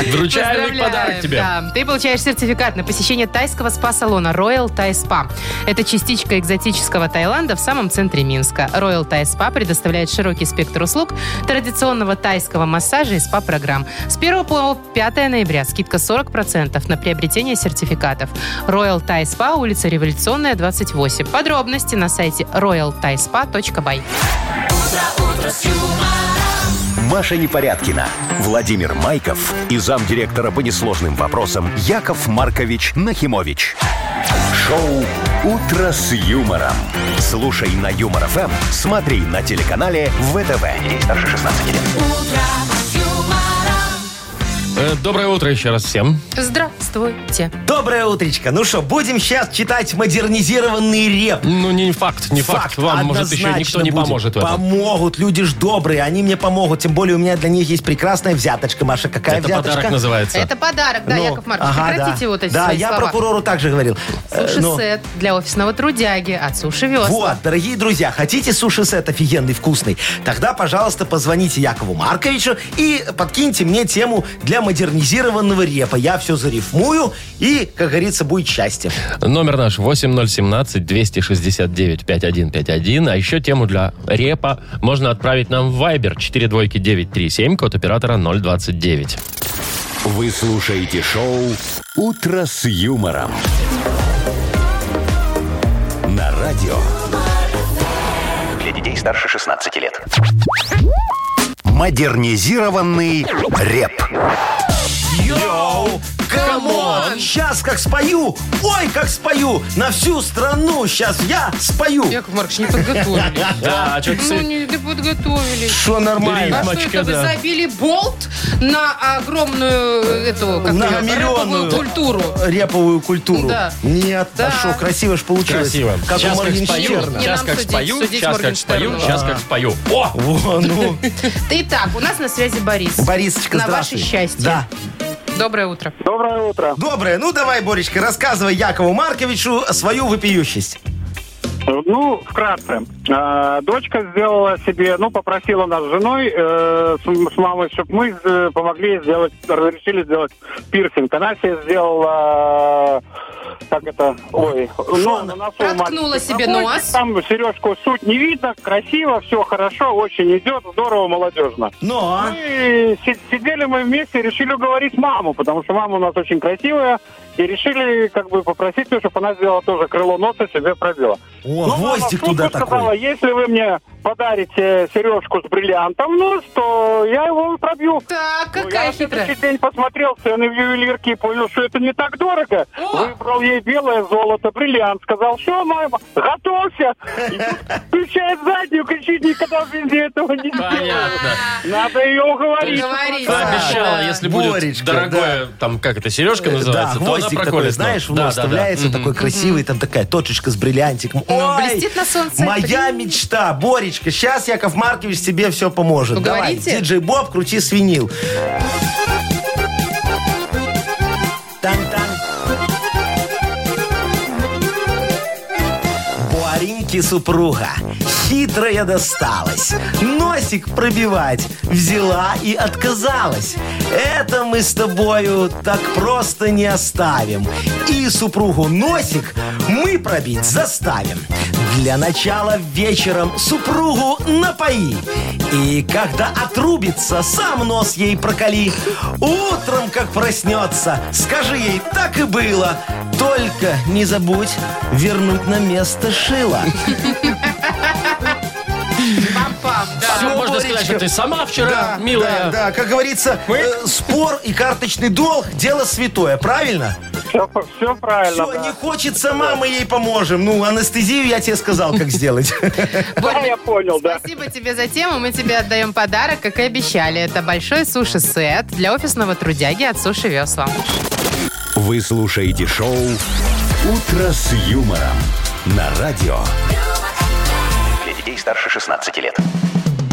[SPEAKER 2] Вручаем
[SPEAKER 3] Поздравляем,
[SPEAKER 2] подарок тебе.
[SPEAKER 3] да. Ты получаешь сертификат на посещение тайского спа-салона Royal Thai Spa. Это частичка экзотического Таиланда в самом центре Минска. Royal Thai Spa предоставляет широкий спектр услуг традиционного тайского массажа и спа-программ. С 1 по 5 ноября скидка 40% на приобретение сертификатов. Royal Thai Spa, улица Революционная, 28. Подробности на сайте royalthaispa.by.
[SPEAKER 1] Маша Непорядкина, Владимир Майков и замдиректора по несложным вопросам Яков Маркович Нахимович. Шоу «Утро с юмором». Слушай на Юмор ФМ, смотри на телеканале ВТВ. Здесь старше 16 лет.
[SPEAKER 2] Э, Доброе утро еще раз всем.
[SPEAKER 3] Здравствуйте.
[SPEAKER 4] Доброе утречко. Ну что, будем сейчас читать модернизированный реп.
[SPEAKER 2] Ну, не факт, не факт. Вам, может, еще
[SPEAKER 4] однозначно
[SPEAKER 2] никто не
[SPEAKER 4] будет.
[SPEAKER 2] поможет в этом.
[SPEAKER 4] Помогут, люди ж добрые, они мне помогут. Тем более у меня для них есть прекрасная взяточка, Маша. Какая
[SPEAKER 2] Это
[SPEAKER 4] взяточка?
[SPEAKER 2] подарок называется.
[SPEAKER 3] Это подарок, да,
[SPEAKER 4] Ну,
[SPEAKER 3] Яков Маркович.
[SPEAKER 4] ага,
[SPEAKER 3] Прекратите
[SPEAKER 4] да.
[SPEAKER 3] вот эти
[SPEAKER 4] Да,
[SPEAKER 3] свои
[SPEAKER 4] я
[SPEAKER 3] слова.
[SPEAKER 4] прокурору также говорил. Э, ну,
[SPEAKER 3] Суши-сет для офисного трудяги от Суши Весла.
[SPEAKER 4] Вот, дорогие друзья, хотите суши-сет офигенный, вкусный? Тогда, пожалуйста, позвоните Якову Марковичу и подкиньте мне тему для модернизированного репа. Я все зарифмую и, как говорится, будет счастье.
[SPEAKER 2] Номер наш 8017-269-5151. А еще тему для репа можно отправить нам в Viber 42937, код оператора 029.
[SPEAKER 1] Вы слушаете шоу «Утро с юмором». На радио
[SPEAKER 5] Для детей старше 16 лет.
[SPEAKER 1] «Модернизированный реп».
[SPEAKER 4] Йоу, камон! Сейчас как спою, ой, как спою, на всю страну сейчас я спою.
[SPEAKER 3] Яков Маркович, не подготовили.
[SPEAKER 2] Да, а что
[SPEAKER 3] Ну, не не подготовились.
[SPEAKER 4] Что
[SPEAKER 3] А
[SPEAKER 4] нормально?
[SPEAKER 3] что
[SPEAKER 2] Мамочка,
[SPEAKER 3] это вы
[SPEAKER 2] да.
[SPEAKER 3] забили болт на огромную э, эту, как ее,
[SPEAKER 4] Многомиллионную.
[SPEAKER 3] рэповую культуру?
[SPEAKER 4] Реповую культуру.
[SPEAKER 3] Да.
[SPEAKER 4] Нет,
[SPEAKER 3] Да.
[SPEAKER 4] а что, красиво ж получилось.
[SPEAKER 2] Красиво.
[SPEAKER 4] Как у
[SPEAKER 2] Сейчас как спою,
[SPEAKER 4] Моргенштерна.
[SPEAKER 3] Не
[SPEAKER 2] сейчас
[SPEAKER 3] нам
[SPEAKER 2] как
[SPEAKER 3] судить,
[SPEAKER 2] спою,
[SPEAKER 3] судить
[SPEAKER 2] сейчас как
[SPEAKER 3] Моргенштерну.
[SPEAKER 2] спою, сейчас как спою. О!
[SPEAKER 4] Во, ну,
[SPEAKER 3] Итак, у нас на связи Борис.
[SPEAKER 4] Борисочка,
[SPEAKER 3] На ваше
[SPEAKER 4] здравствуй.
[SPEAKER 3] счастье.
[SPEAKER 4] Да.
[SPEAKER 3] Доброе утро.
[SPEAKER 7] Доброе утро.
[SPEAKER 4] Доброе. Ну, давай, Боречка, рассказывай Якову Марковичу свою вопиющесть.
[SPEAKER 7] Ну, вкратце. Э, Дочка сделала себе, ну, попросила нас с женой, э, с м- с мамой, чтобы мы э, помогли сделать, разрешили сделать пирсинг. Она себе сделала, э, как это, ой, ну,
[SPEAKER 4] она?
[SPEAKER 7] на носу
[SPEAKER 3] Проткнула
[SPEAKER 7] маленький
[SPEAKER 3] себе
[SPEAKER 7] замочек,
[SPEAKER 3] нос.
[SPEAKER 7] Там сережку суть не видно, красиво, все хорошо, очень идет, здорово, молодежно.
[SPEAKER 4] Но...
[SPEAKER 7] И си- сидели мы вместе, решили уговорить маму, потому что мама у нас очень красивая, и решили как бы попросить ее, чтобы она сделала тоже крыло носа себе пробила.
[SPEAKER 4] О,
[SPEAKER 7] Ну, мама
[SPEAKER 4] гвоздик
[SPEAKER 7] шутку
[SPEAKER 4] туда
[SPEAKER 7] сказала,
[SPEAKER 4] такой.
[SPEAKER 7] А если вы мне подарите сережку с бриллиантом в нос, то я его и пробью.
[SPEAKER 3] Так,
[SPEAKER 7] Ну, я
[SPEAKER 3] какая
[SPEAKER 7] на следующий
[SPEAKER 3] хитрая.
[SPEAKER 7] день посмотрел цены в ювелирке и понял, что это не так дорого.
[SPEAKER 3] О!
[SPEAKER 7] Выбрал ей белое золото, бриллиант. Сказал, что, мама, готовься. И тут Включает заднюю, кричит, никогда в жизни этого не сделаю.
[SPEAKER 2] Понятно.
[SPEAKER 7] Надо ее уговорить.
[SPEAKER 3] Говори.
[SPEAKER 2] Пообещала, если будет
[SPEAKER 4] Боречка, Э,
[SPEAKER 2] дорогое, там, как это, сережка называется,
[SPEAKER 4] да,
[SPEAKER 2] то она
[SPEAKER 4] гвоздик такой,
[SPEAKER 2] проколет.
[SPEAKER 4] знаешь, в
[SPEAKER 2] Да,
[SPEAKER 4] нос
[SPEAKER 2] да, да.
[SPEAKER 4] вставляется, такой красивый, там такая точечка с бриллиантиком.
[SPEAKER 3] Ну,
[SPEAKER 4] Ой,
[SPEAKER 3] блестит на солнце.
[SPEAKER 4] Моя
[SPEAKER 3] Блин.
[SPEAKER 4] мечта, Боречка, сейчас Яков Маркович тебе все поможет.
[SPEAKER 3] Ну,
[SPEAKER 4] Давай,
[SPEAKER 3] говорите.
[SPEAKER 4] диджей Боб, крути свинил. Там-там. Бореньки супруга хитрая досталась. Носик пробивать взяла и отказалась. Это мы с тобою так просто не оставим. И супругу носик мы пробить заставим. Для начала вечером супругу напои. И когда отрубится, сам нос ей проколи. Утром, как проснется, скажи ей, так и было. Только не забудь вернуть на место шило.
[SPEAKER 3] Пам-пам, да.
[SPEAKER 2] Всё, можно
[SPEAKER 4] Боречка.
[SPEAKER 2] сказать, что ты сама вчера,
[SPEAKER 4] Да,
[SPEAKER 2] милая.
[SPEAKER 4] Да, да, как говорится, э, спор и карточный долг – дело святое, правильно?
[SPEAKER 7] Все, правильно.
[SPEAKER 4] Все,
[SPEAKER 7] да. А,
[SPEAKER 4] не хочется, мамы ей поможем. Ну, анестезию я тебе сказал, как сделать.
[SPEAKER 7] Да, я понял, да.
[SPEAKER 3] Спасибо тебе за тему. Мы тебе отдаем подарок, как и обещали. Это большой суши-сет для офисного трудяги от Суши Весла.
[SPEAKER 1] Вы слушаете шоу «Утро с юмором» на радио.
[SPEAKER 5] Для детей старше 16 лет.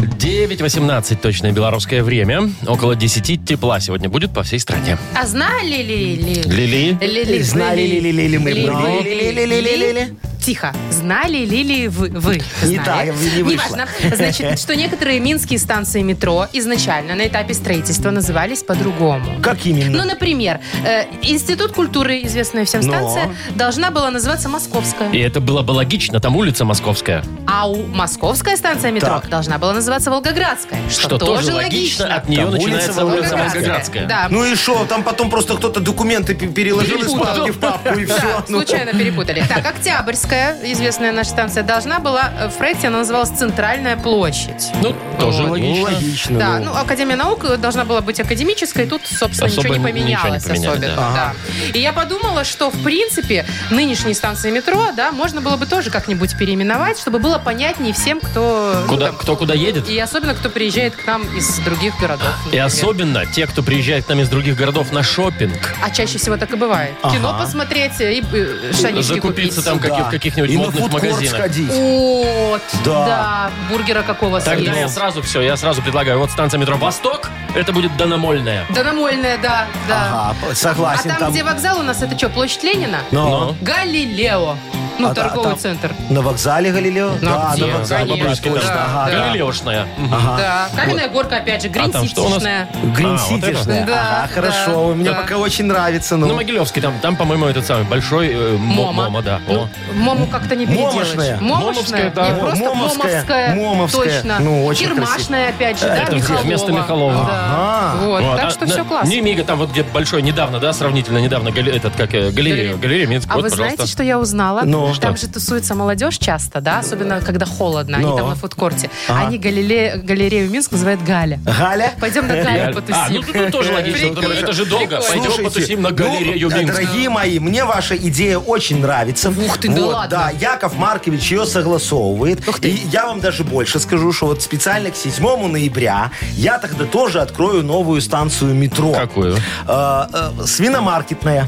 [SPEAKER 2] 9.18 точное белорусское время. Около 10 тепла сегодня будет по всей стране.
[SPEAKER 3] А знали ли? ли-
[SPEAKER 2] Лили,
[SPEAKER 3] Лили,
[SPEAKER 4] Э, Знали ли- ли- ли- ли мы,
[SPEAKER 3] Ли-
[SPEAKER 4] но-
[SPEAKER 3] вы-
[SPEAKER 4] ли- ли- ли- ли- ли- ли.
[SPEAKER 3] Тихо. Знали ли ли вы? вы?
[SPEAKER 4] Не
[SPEAKER 3] Знали.
[SPEAKER 4] так, не вышло.
[SPEAKER 3] Неважно. Значит, что некоторые минские станции метро изначально на этапе строительства назывались по-другому.
[SPEAKER 4] Как
[SPEAKER 3] Ну,
[SPEAKER 4] именно?
[SPEAKER 3] например, э, Институт культуры, известная всем
[SPEAKER 4] Но.
[SPEAKER 3] станция, должна была называться Московская.
[SPEAKER 2] и это было бы логично, там улица Московская.
[SPEAKER 3] А у Московская станция метро
[SPEAKER 4] Так.
[SPEAKER 3] должна была называться Волгоградская. Что,
[SPEAKER 2] Что тоже логично, а от нее
[SPEAKER 4] Там улица
[SPEAKER 2] начинается улица Волгоградская.
[SPEAKER 3] Да.
[SPEAKER 4] Ну и шо, там потом просто кто-то документы пе- переложил из
[SPEAKER 2] Перепутал.
[SPEAKER 4] папки в папку, и Ну,
[SPEAKER 3] Да,
[SPEAKER 4] все.
[SPEAKER 3] случайно перепутали. Так, Октябрьская ЦТ, известная наша станция, должна была э, в проекте, она называлась Центральная площадь.
[SPEAKER 2] Ну, тоже
[SPEAKER 4] Ну,
[SPEAKER 2] логично.
[SPEAKER 4] логично.
[SPEAKER 3] Да,
[SPEAKER 4] ну.
[SPEAKER 3] ну Академия наук должна была быть академической, тут, собственно,
[SPEAKER 2] Особо
[SPEAKER 3] ничего не
[SPEAKER 2] ничего не
[SPEAKER 3] поменялось
[SPEAKER 2] поменяли,
[SPEAKER 3] особенно.
[SPEAKER 2] да.
[SPEAKER 3] да. И я подумала, что, в принципе, нынешние станции метро, да, можно было бы тоже как-нибудь переименовать, чтобы было понятнее всем, кто... ну,
[SPEAKER 2] Куда,
[SPEAKER 3] там,
[SPEAKER 2] кто куда едет?
[SPEAKER 3] и особенно, кто приезжает к нам из других городов.
[SPEAKER 2] И
[SPEAKER 3] например.
[SPEAKER 2] особенно те, кто приезжает к нам из других городов на шопинг.
[SPEAKER 3] А чаще всего так и бывает.
[SPEAKER 4] Ага.
[SPEAKER 3] Кино посмотреть и э, штанишки
[SPEAKER 2] Закупиться
[SPEAKER 3] купить.
[SPEAKER 2] там как- в каких-нибудь
[SPEAKER 4] И на
[SPEAKER 2] модных
[SPEAKER 4] фудкорт
[SPEAKER 2] магазинах.
[SPEAKER 4] сходить.
[SPEAKER 3] Вот,
[SPEAKER 4] Да.
[SPEAKER 3] да. бургера какого
[SPEAKER 2] Тогда ну, я
[SPEAKER 3] съесть.
[SPEAKER 2] сразу все, я сразу предлагаю. Вот станция метро Восток, это будет Дономольная.
[SPEAKER 3] Дономольная, да, да.
[SPEAKER 4] Ага, по-
[SPEAKER 3] а
[SPEAKER 4] согласен.
[SPEAKER 3] там, где вокзал у нас, это что, площадь Ленина?
[SPEAKER 2] Ну.
[SPEAKER 4] Но.
[SPEAKER 3] Галилео. Ну,
[SPEAKER 4] А, да,
[SPEAKER 3] торговый
[SPEAKER 4] там-
[SPEAKER 3] центр.
[SPEAKER 4] На вокзале Галилео? да,
[SPEAKER 3] где?
[SPEAKER 4] А на вокзале.
[SPEAKER 3] Конечно,
[SPEAKER 4] Бабушка,
[SPEAKER 2] да,
[SPEAKER 4] точно,
[SPEAKER 3] да,
[SPEAKER 4] ага,
[SPEAKER 3] да.
[SPEAKER 2] Камелеошная. Мгм.
[SPEAKER 3] Да, каменная горка, опять же,
[SPEAKER 2] А там что у нас?
[SPEAKER 3] гринситишная.
[SPEAKER 4] Грин
[SPEAKER 2] А, вот это?
[SPEAKER 4] Ситишная.
[SPEAKER 3] Да,
[SPEAKER 4] Ага, хорошо.
[SPEAKER 3] да,
[SPEAKER 4] Мне
[SPEAKER 3] да.
[SPEAKER 4] пока очень нравится.
[SPEAKER 2] На
[SPEAKER 4] Ну.
[SPEAKER 2] Могилевской, там, там, по-моему, этот самый большой э, мо-
[SPEAKER 3] Мома.
[SPEAKER 2] мома, да.
[SPEAKER 3] Ну,
[SPEAKER 2] О.
[SPEAKER 3] мому как-то не переделаешь.
[SPEAKER 4] Момошная.
[SPEAKER 2] Момовская,
[SPEAKER 3] Момошная,
[SPEAKER 2] да.
[SPEAKER 3] не просто
[SPEAKER 4] Момовская.
[SPEAKER 3] момовская.
[SPEAKER 4] Момовская.
[SPEAKER 3] Точно.
[SPEAKER 4] Ну, очень
[SPEAKER 3] Кирмашная, опять же, да,
[SPEAKER 2] Это
[SPEAKER 3] Михалкова.
[SPEAKER 2] вместо Михалкова.
[SPEAKER 3] Да.
[SPEAKER 4] Ага.
[SPEAKER 3] Вот,
[SPEAKER 2] Вот,
[SPEAKER 3] так
[SPEAKER 2] а
[SPEAKER 3] что
[SPEAKER 2] на-
[SPEAKER 3] все классно.
[SPEAKER 2] Не мига, там вот где большой, недавно, да, сравнительно недавно, гале- этот, как, э, галерея,
[SPEAKER 3] Галерея.
[SPEAKER 2] галерея Минск.
[SPEAKER 3] А
[SPEAKER 2] вот,
[SPEAKER 3] вы
[SPEAKER 2] пожалуйста.
[SPEAKER 3] знаете, что я узнала?
[SPEAKER 4] Ну,
[SPEAKER 3] Там же тусуется молодежь часто, да, особенно когда холодно,
[SPEAKER 4] Ну.
[SPEAKER 3] они там на фудкорте.
[SPEAKER 4] Ага.
[SPEAKER 3] Они галере- галерею Минск называют Галя.
[SPEAKER 4] Галя?
[SPEAKER 3] Пойдем на
[SPEAKER 2] Галь-
[SPEAKER 3] Галю
[SPEAKER 2] А, ну
[SPEAKER 3] потусим.
[SPEAKER 2] тут ну, тоже логично.
[SPEAKER 3] Прикольно.
[SPEAKER 2] потому что Это же долго.
[SPEAKER 3] Прикольно.
[SPEAKER 2] Пойдем потусим на
[SPEAKER 4] ну,
[SPEAKER 2] галерею
[SPEAKER 4] да,
[SPEAKER 2] Минск.
[SPEAKER 4] Дорогие мои, мне ваша идея очень нравится.
[SPEAKER 3] Ух ты, да ладно?
[SPEAKER 4] Да, Яков Маркович ее согласовывает.
[SPEAKER 3] Ух ты.
[SPEAKER 4] И я вам даже больше скажу, что вот специально к 7 ноября я тогда тоже открою новую станцию метро.
[SPEAKER 2] Какую?
[SPEAKER 4] Э, э, свиномаркетная.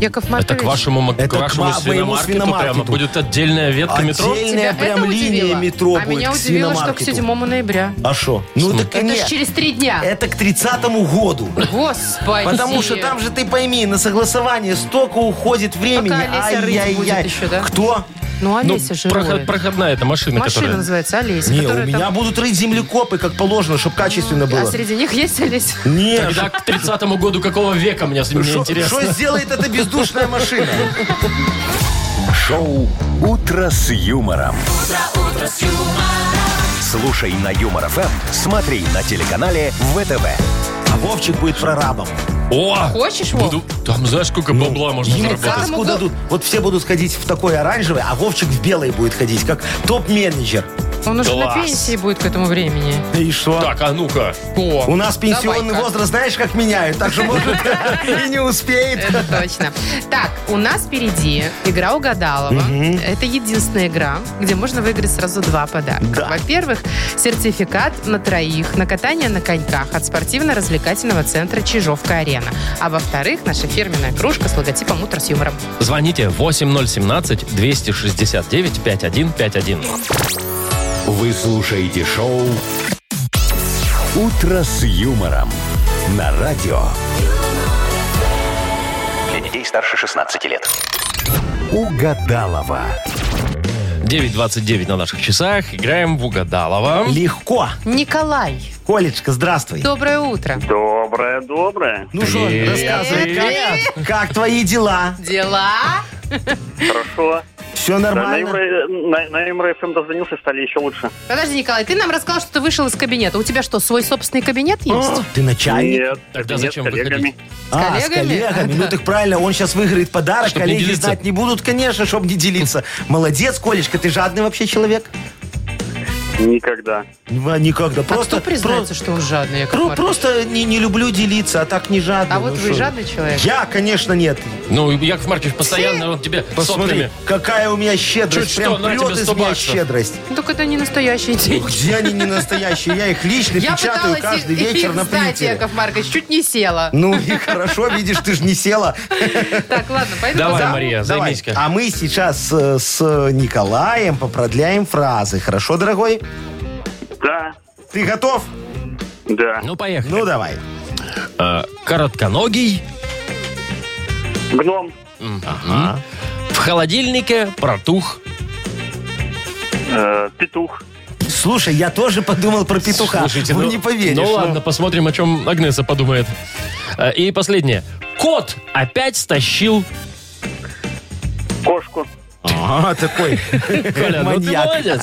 [SPEAKER 3] Яков
[SPEAKER 2] Это к
[SPEAKER 3] Маркович.
[SPEAKER 2] вашему, мак-
[SPEAKER 4] Это
[SPEAKER 2] к
[SPEAKER 4] к
[SPEAKER 2] вашему
[SPEAKER 4] ма- моему
[SPEAKER 2] свиномаркету, прямо
[SPEAKER 4] свиномаркету.
[SPEAKER 2] будет отдельная ветка метро.
[SPEAKER 4] Отдельная
[SPEAKER 3] Тебя это
[SPEAKER 4] прям линия
[SPEAKER 3] удивило?
[SPEAKER 4] метро
[SPEAKER 3] А
[SPEAKER 4] будет
[SPEAKER 3] меня
[SPEAKER 4] к
[SPEAKER 3] удивило, что к
[SPEAKER 4] свиномаркету.
[SPEAKER 3] 7 ноября.
[SPEAKER 4] А что? Ну так
[SPEAKER 3] Это
[SPEAKER 4] нет.
[SPEAKER 3] ж Ну, через три дня.
[SPEAKER 4] Это к 30-му году.
[SPEAKER 3] Господи.
[SPEAKER 4] Потому что там же, ты пойми, на согласование столько уходит времени.
[SPEAKER 3] Пока Олеся Рысь
[SPEAKER 4] Ай-яй-яй.
[SPEAKER 3] будет еще, да?
[SPEAKER 4] Кто?
[SPEAKER 3] Ну,
[SPEAKER 2] Ну,
[SPEAKER 3] Олеся же
[SPEAKER 2] проход-
[SPEAKER 3] роет.
[SPEAKER 2] проходная эта машина,
[SPEAKER 3] Машина
[SPEAKER 2] которая...
[SPEAKER 3] называется Олеся.
[SPEAKER 4] Не, у
[SPEAKER 3] которая
[SPEAKER 4] меня
[SPEAKER 3] там-
[SPEAKER 4] будут рыть землекопы, как положено, чтобы качественно
[SPEAKER 3] А
[SPEAKER 4] было.
[SPEAKER 3] среди них есть Олеся?
[SPEAKER 4] Нет. ну,
[SPEAKER 2] Тогда к 30 году какого века, мне, мне интересно.
[SPEAKER 4] Что сделает эта бездушная машина?
[SPEAKER 1] Шоу «Утро с юмором». Слушай на Юмор ФМ, смотри на телеканале ВТВ.
[SPEAKER 4] А Вовчик будет прорабом.
[SPEAKER 2] О!
[SPEAKER 3] Хочешь, Вов?
[SPEAKER 2] Буду... Там знаешь, сколько
[SPEAKER 4] Ну,
[SPEAKER 2] бабла можно
[SPEAKER 4] Ему
[SPEAKER 2] заработать.
[SPEAKER 4] сказку
[SPEAKER 3] Самому-
[SPEAKER 4] дадут. Вот все будут ходить в такой оранжевый, а Вовчик в белый будет ходить, как топ-менеджер.
[SPEAKER 3] Он уже на
[SPEAKER 2] Класс.
[SPEAKER 3] пенсии будет к этому времени.
[SPEAKER 4] И что?
[SPEAKER 2] Так, а ну-ка.
[SPEAKER 4] У нас пенсионный
[SPEAKER 3] Давай-ка.
[SPEAKER 4] возраст, знаешь, как меняют, так же, может, и не успеет.
[SPEAKER 3] Это точно. Так, у нас впереди игра угадалова. Это единственная игра, где можно выиграть сразу два подарка.
[SPEAKER 4] Да.
[SPEAKER 3] Во-первых, сертификат на троих на катание на коньках от спортивно-развлекательного центра Чижовка-Арена. А во-вторых, наша фирменная кружка с логотипом «Утро с юмором».
[SPEAKER 2] Звоните 8017-269-5151.
[SPEAKER 1] Вы слушаете шоу «Утро с юмором» на радио.
[SPEAKER 5] Для детей старше 16 лет.
[SPEAKER 1] Угадалова.
[SPEAKER 2] 9.29 на наших часах. Играем в Угадалова.
[SPEAKER 4] Легко.
[SPEAKER 3] Николай,
[SPEAKER 4] Колечка, здравствуй.
[SPEAKER 3] доброе утро.
[SPEAKER 7] Доброе, доброе.
[SPEAKER 4] Ну что,
[SPEAKER 2] Привет.
[SPEAKER 4] рассказывай, как, как твои дела?
[SPEAKER 3] Дела?
[SPEAKER 7] Хорошо.
[SPEAKER 4] Все
[SPEAKER 7] Да, на
[SPEAKER 4] нормально?
[SPEAKER 7] Юмор- на- на Юмор FM дозвонился, стали еще лучше.
[SPEAKER 3] Подожди, Николай, ты нам рассказал, что ты вышел из кабинета. У тебя что, свой собственный кабинет есть?
[SPEAKER 4] Ты начальник?
[SPEAKER 7] Нет,
[SPEAKER 2] Тогда
[SPEAKER 7] нет,
[SPEAKER 2] зачем
[SPEAKER 7] с коллегами.
[SPEAKER 4] А,
[SPEAKER 3] коллегами?
[SPEAKER 4] с коллегами. Ну так правильно, он сейчас выиграет подарок,
[SPEAKER 2] Чтоб не
[SPEAKER 4] коллеги
[SPEAKER 2] делиться.
[SPEAKER 4] знать не будут, конечно, чтобы не делиться. Молодец, Колечка, ты жадный вообще человек?
[SPEAKER 7] Никогда.
[SPEAKER 4] Н- Никогда.
[SPEAKER 3] А кто
[SPEAKER 4] Просто,
[SPEAKER 3] признается, что он жадный, Яков
[SPEAKER 4] про- про-
[SPEAKER 3] Маркович?
[SPEAKER 4] просто не, не люблю делиться, а так не жадный.
[SPEAKER 3] А вот
[SPEAKER 4] Ну
[SPEAKER 3] вы
[SPEAKER 4] шо.
[SPEAKER 3] жадный человек.
[SPEAKER 4] Я, конечно, нет.
[SPEAKER 2] Ну, Яков Маркович, постоянно он тебе
[SPEAKER 4] Посмотри,
[SPEAKER 2] сотками.
[SPEAKER 4] какая у меня щедрость.
[SPEAKER 2] Чуть
[SPEAKER 4] Прям
[SPEAKER 2] что, на
[SPEAKER 4] прет
[SPEAKER 2] тебе
[SPEAKER 4] из
[SPEAKER 2] 100
[SPEAKER 4] меня
[SPEAKER 2] баксов.
[SPEAKER 4] щедрость.
[SPEAKER 3] Ну, так это не настоящий день.
[SPEAKER 4] Где они не настоящие? Я их лично
[SPEAKER 3] Я
[SPEAKER 4] печатаю
[SPEAKER 3] пыталась
[SPEAKER 4] каждый
[SPEAKER 3] эфир
[SPEAKER 4] вечер на
[SPEAKER 3] сдать,
[SPEAKER 4] принтере.
[SPEAKER 3] Яков Маркович, чуть не села.
[SPEAKER 4] Ну и хорошо, видишь, ты же не села.
[SPEAKER 3] Так, ладно, пойду.
[SPEAKER 2] Давай,
[SPEAKER 3] позову.
[SPEAKER 2] Мария,
[SPEAKER 4] Давай.
[SPEAKER 2] займись-ка.
[SPEAKER 4] А мы сейчас э, с Николаем попродляем фразы. Хорошо, дорогой?
[SPEAKER 7] Да,
[SPEAKER 4] Ты готов?
[SPEAKER 7] да.
[SPEAKER 2] Ну, поехали.
[SPEAKER 4] Ну, давай. Ну.
[SPEAKER 2] А, коротконогий.
[SPEAKER 7] Гном.
[SPEAKER 2] М. В холодильнике протух.
[SPEAKER 7] э, петух.
[SPEAKER 4] Слушай, я тоже подумал про петуха.
[SPEAKER 2] Слушайте,
[SPEAKER 4] Вы
[SPEAKER 2] ну-
[SPEAKER 4] не поверишь.
[SPEAKER 2] Ну
[SPEAKER 4] но-
[SPEAKER 2] ладно, посмотрим, о чем Агнеса подумает. А, И последнее. Кот опять стащил
[SPEAKER 7] Кошку.
[SPEAKER 4] А, А, такой
[SPEAKER 2] ну Коля, ну ты
[SPEAKER 4] маньяк.
[SPEAKER 2] молодец.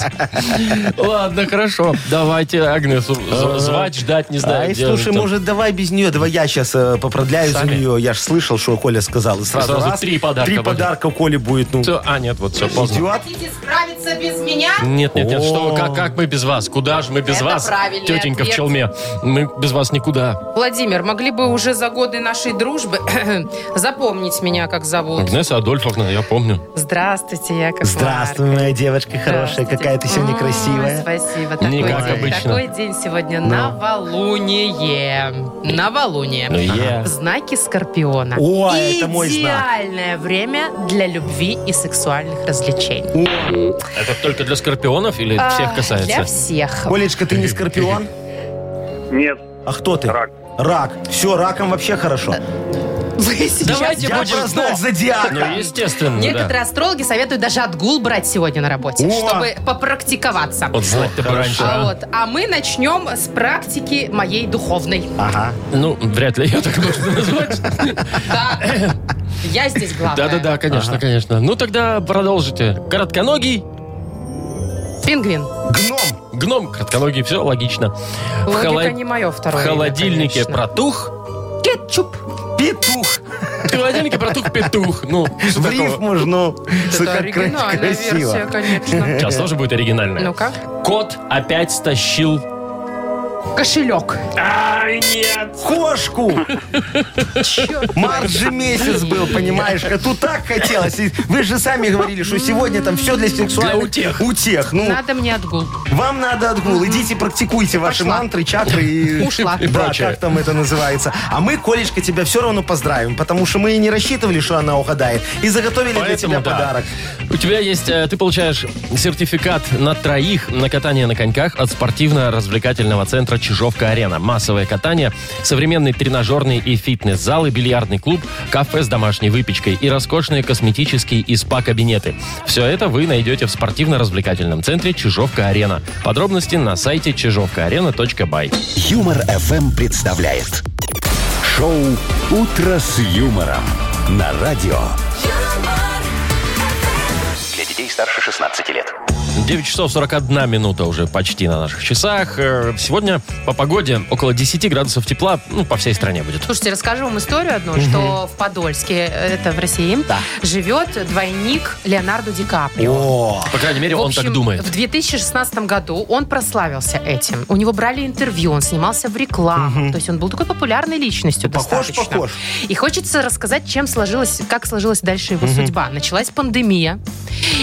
[SPEAKER 2] Ладно, хорошо. Давайте Агнесу з- звать, ждать, не знаю.
[SPEAKER 4] А. Ай,
[SPEAKER 2] где
[SPEAKER 4] слушай,
[SPEAKER 2] она там.
[SPEAKER 4] может, давай без нее, давай я сейчас попродляю за
[SPEAKER 2] Сами?
[SPEAKER 4] нее. Я ж слышал, что Коля сказал. И сразу,
[SPEAKER 2] Сразу
[SPEAKER 4] раз,
[SPEAKER 2] три подарка
[SPEAKER 4] Три
[SPEAKER 2] будет.
[SPEAKER 4] подарка Коле будет. Ну,
[SPEAKER 2] Всё, А, нет, вот все, поздно.
[SPEAKER 4] идиот.
[SPEAKER 3] Хотите справиться без меня?
[SPEAKER 2] Нет, нет, нет, что,
[SPEAKER 4] О.
[SPEAKER 2] вы, как, как мы без вас? Куда же мы без
[SPEAKER 3] Это
[SPEAKER 2] вас?
[SPEAKER 3] правильный
[SPEAKER 2] Тетенька в
[SPEAKER 3] ответ.
[SPEAKER 2] челме. Мы без вас никуда.
[SPEAKER 3] Владимир, могли бы уже за годы нашей дружбы запомнить меня, как зовут.
[SPEAKER 2] Агнеса Адольфовна, я помню.
[SPEAKER 3] Здравствуйте, Яков
[SPEAKER 4] Здравствуй, моя девочка хорошая.
[SPEAKER 3] Здравствуйте.
[SPEAKER 4] Какая ты сегодня
[SPEAKER 3] М,
[SPEAKER 4] красивая. Ну.
[SPEAKER 3] Спасибо. Такой,
[SPEAKER 2] Не как
[SPEAKER 3] день,
[SPEAKER 2] обычно.
[SPEAKER 3] такой день сегодня новолуние. Новолуние.
[SPEAKER 2] Ну, е.
[SPEAKER 3] В знаке Скорпиона.
[SPEAKER 4] О, а это мой знак.
[SPEAKER 3] Идеальное время для любви и сексуальных развлечений.
[SPEAKER 2] Это только для скорпионов или всех
[SPEAKER 3] А,
[SPEAKER 2] касается?
[SPEAKER 3] Для всех.
[SPEAKER 4] Колечка, ты не скорпион?
[SPEAKER 7] Нет,
[SPEAKER 4] А кто ты?
[SPEAKER 7] Рак.
[SPEAKER 4] Рак. Все, раком вообще хорошо.
[SPEAKER 3] Вы сейчас-
[SPEAKER 2] Давайте
[SPEAKER 4] Я
[SPEAKER 2] будем
[SPEAKER 4] про знак
[SPEAKER 2] зло. Ну,
[SPEAKER 4] зодиака.
[SPEAKER 2] естественно, да.
[SPEAKER 3] Некоторые астрологи советуют даже отгул брать сегодня на работе,
[SPEAKER 4] О!
[SPEAKER 3] чтобы попрактиковаться.
[SPEAKER 2] Вот знать-то бы раньше,
[SPEAKER 3] А,
[SPEAKER 2] а?
[SPEAKER 3] вот, а мы начнем с практики моей духовной.
[SPEAKER 4] Ага.
[SPEAKER 2] Ну, вряд ли ее так можно назвать.
[SPEAKER 3] Да. Я здесь главная.
[SPEAKER 2] Да-да-да, конечно, конечно. Ну, тогда продолжите. Коротконогий,
[SPEAKER 3] Пингвин.
[SPEAKER 4] Гном.
[SPEAKER 2] гном, коротконогий, все логично. В
[SPEAKER 3] Логика
[SPEAKER 2] холод-
[SPEAKER 3] не мое
[SPEAKER 2] В
[SPEAKER 3] второе. имя,
[SPEAKER 2] холодильнике
[SPEAKER 3] конечно.
[SPEAKER 2] протух.
[SPEAKER 3] Кетчуп.
[SPEAKER 4] Петух.
[SPEAKER 2] В холодильнике протух петух. Ну, что
[SPEAKER 4] В рифму
[SPEAKER 2] такого?
[SPEAKER 4] ж, ну.
[SPEAKER 3] Это
[SPEAKER 4] как
[SPEAKER 3] оригинальная версия,
[SPEAKER 4] красиво.
[SPEAKER 3] конечно.
[SPEAKER 2] Сейчас тоже будет оригинальное.
[SPEAKER 3] Ну-ка.
[SPEAKER 2] Кот опять стащил...
[SPEAKER 3] Кошелек.
[SPEAKER 2] Ай, нет!
[SPEAKER 4] Кошку! Март же месяц был, понимаешь? А Тут так хотелось. И Вы же сами говорили, что сегодня там все для сексуальных...
[SPEAKER 2] Для утех.
[SPEAKER 4] Утех. Ну,
[SPEAKER 3] Надо мне отгул.
[SPEAKER 4] вам надо отгул. Идите, практикуйте ваши
[SPEAKER 3] Пошла.
[SPEAKER 4] мантры, чакры и...
[SPEAKER 3] Ушла.
[SPEAKER 2] И
[SPEAKER 4] Да,
[SPEAKER 2] прочее.
[SPEAKER 4] как там это называется. А мы, Колечка, тебя все равно поздравим, потому что мы и не рассчитывали, что она угадает. И заготовили для тебя
[SPEAKER 2] да.
[SPEAKER 4] подарок.
[SPEAKER 2] У тебя есть, э, ты получаешь сертификат на троих на катание на коньках от спортивно-развлекательного центра Чижовка-Арена. Массовое катание, современный тренажерный и фитнес-залы, бильярдный клуб, кафе с домашней выпечкой и роскошные косметические и спа-кабинеты. Все это вы найдете в спортивно-развлекательном центре Чижовка-Арена. Подробности на сайте чижовкаарена.бай.
[SPEAKER 1] Юмор FM представляет шоу Утро с юмором на радио.
[SPEAKER 5] Для детей старше 16 лет.
[SPEAKER 2] 9 часов 41 минута уже почти на наших часах. Э, Сегодня по погоде около 10 градусов тепла ну, по всей стране будет.
[SPEAKER 3] Слушайте, расскажу вам историю одну, что в Подольске, э, это в России, живет двойник Леонардо Ди Каприо.
[SPEAKER 4] О,
[SPEAKER 2] По крайней мере,
[SPEAKER 3] В
[SPEAKER 2] он
[SPEAKER 3] общем,
[SPEAKER 2] так думает.
[SPEAKER 3] В 2016 году он прославился этим. У него брали интервью, он снимался в рекламах. То есть он был такой популярной личностью
[SPEAKER 4] похож,
[SPEAKER 3] достаточно.
[SPEAKER 4] похож.
[SPEAKER 3] И хочется рассказать, чем сложилась, как сложилась дальше его судьба. Началась пандемия,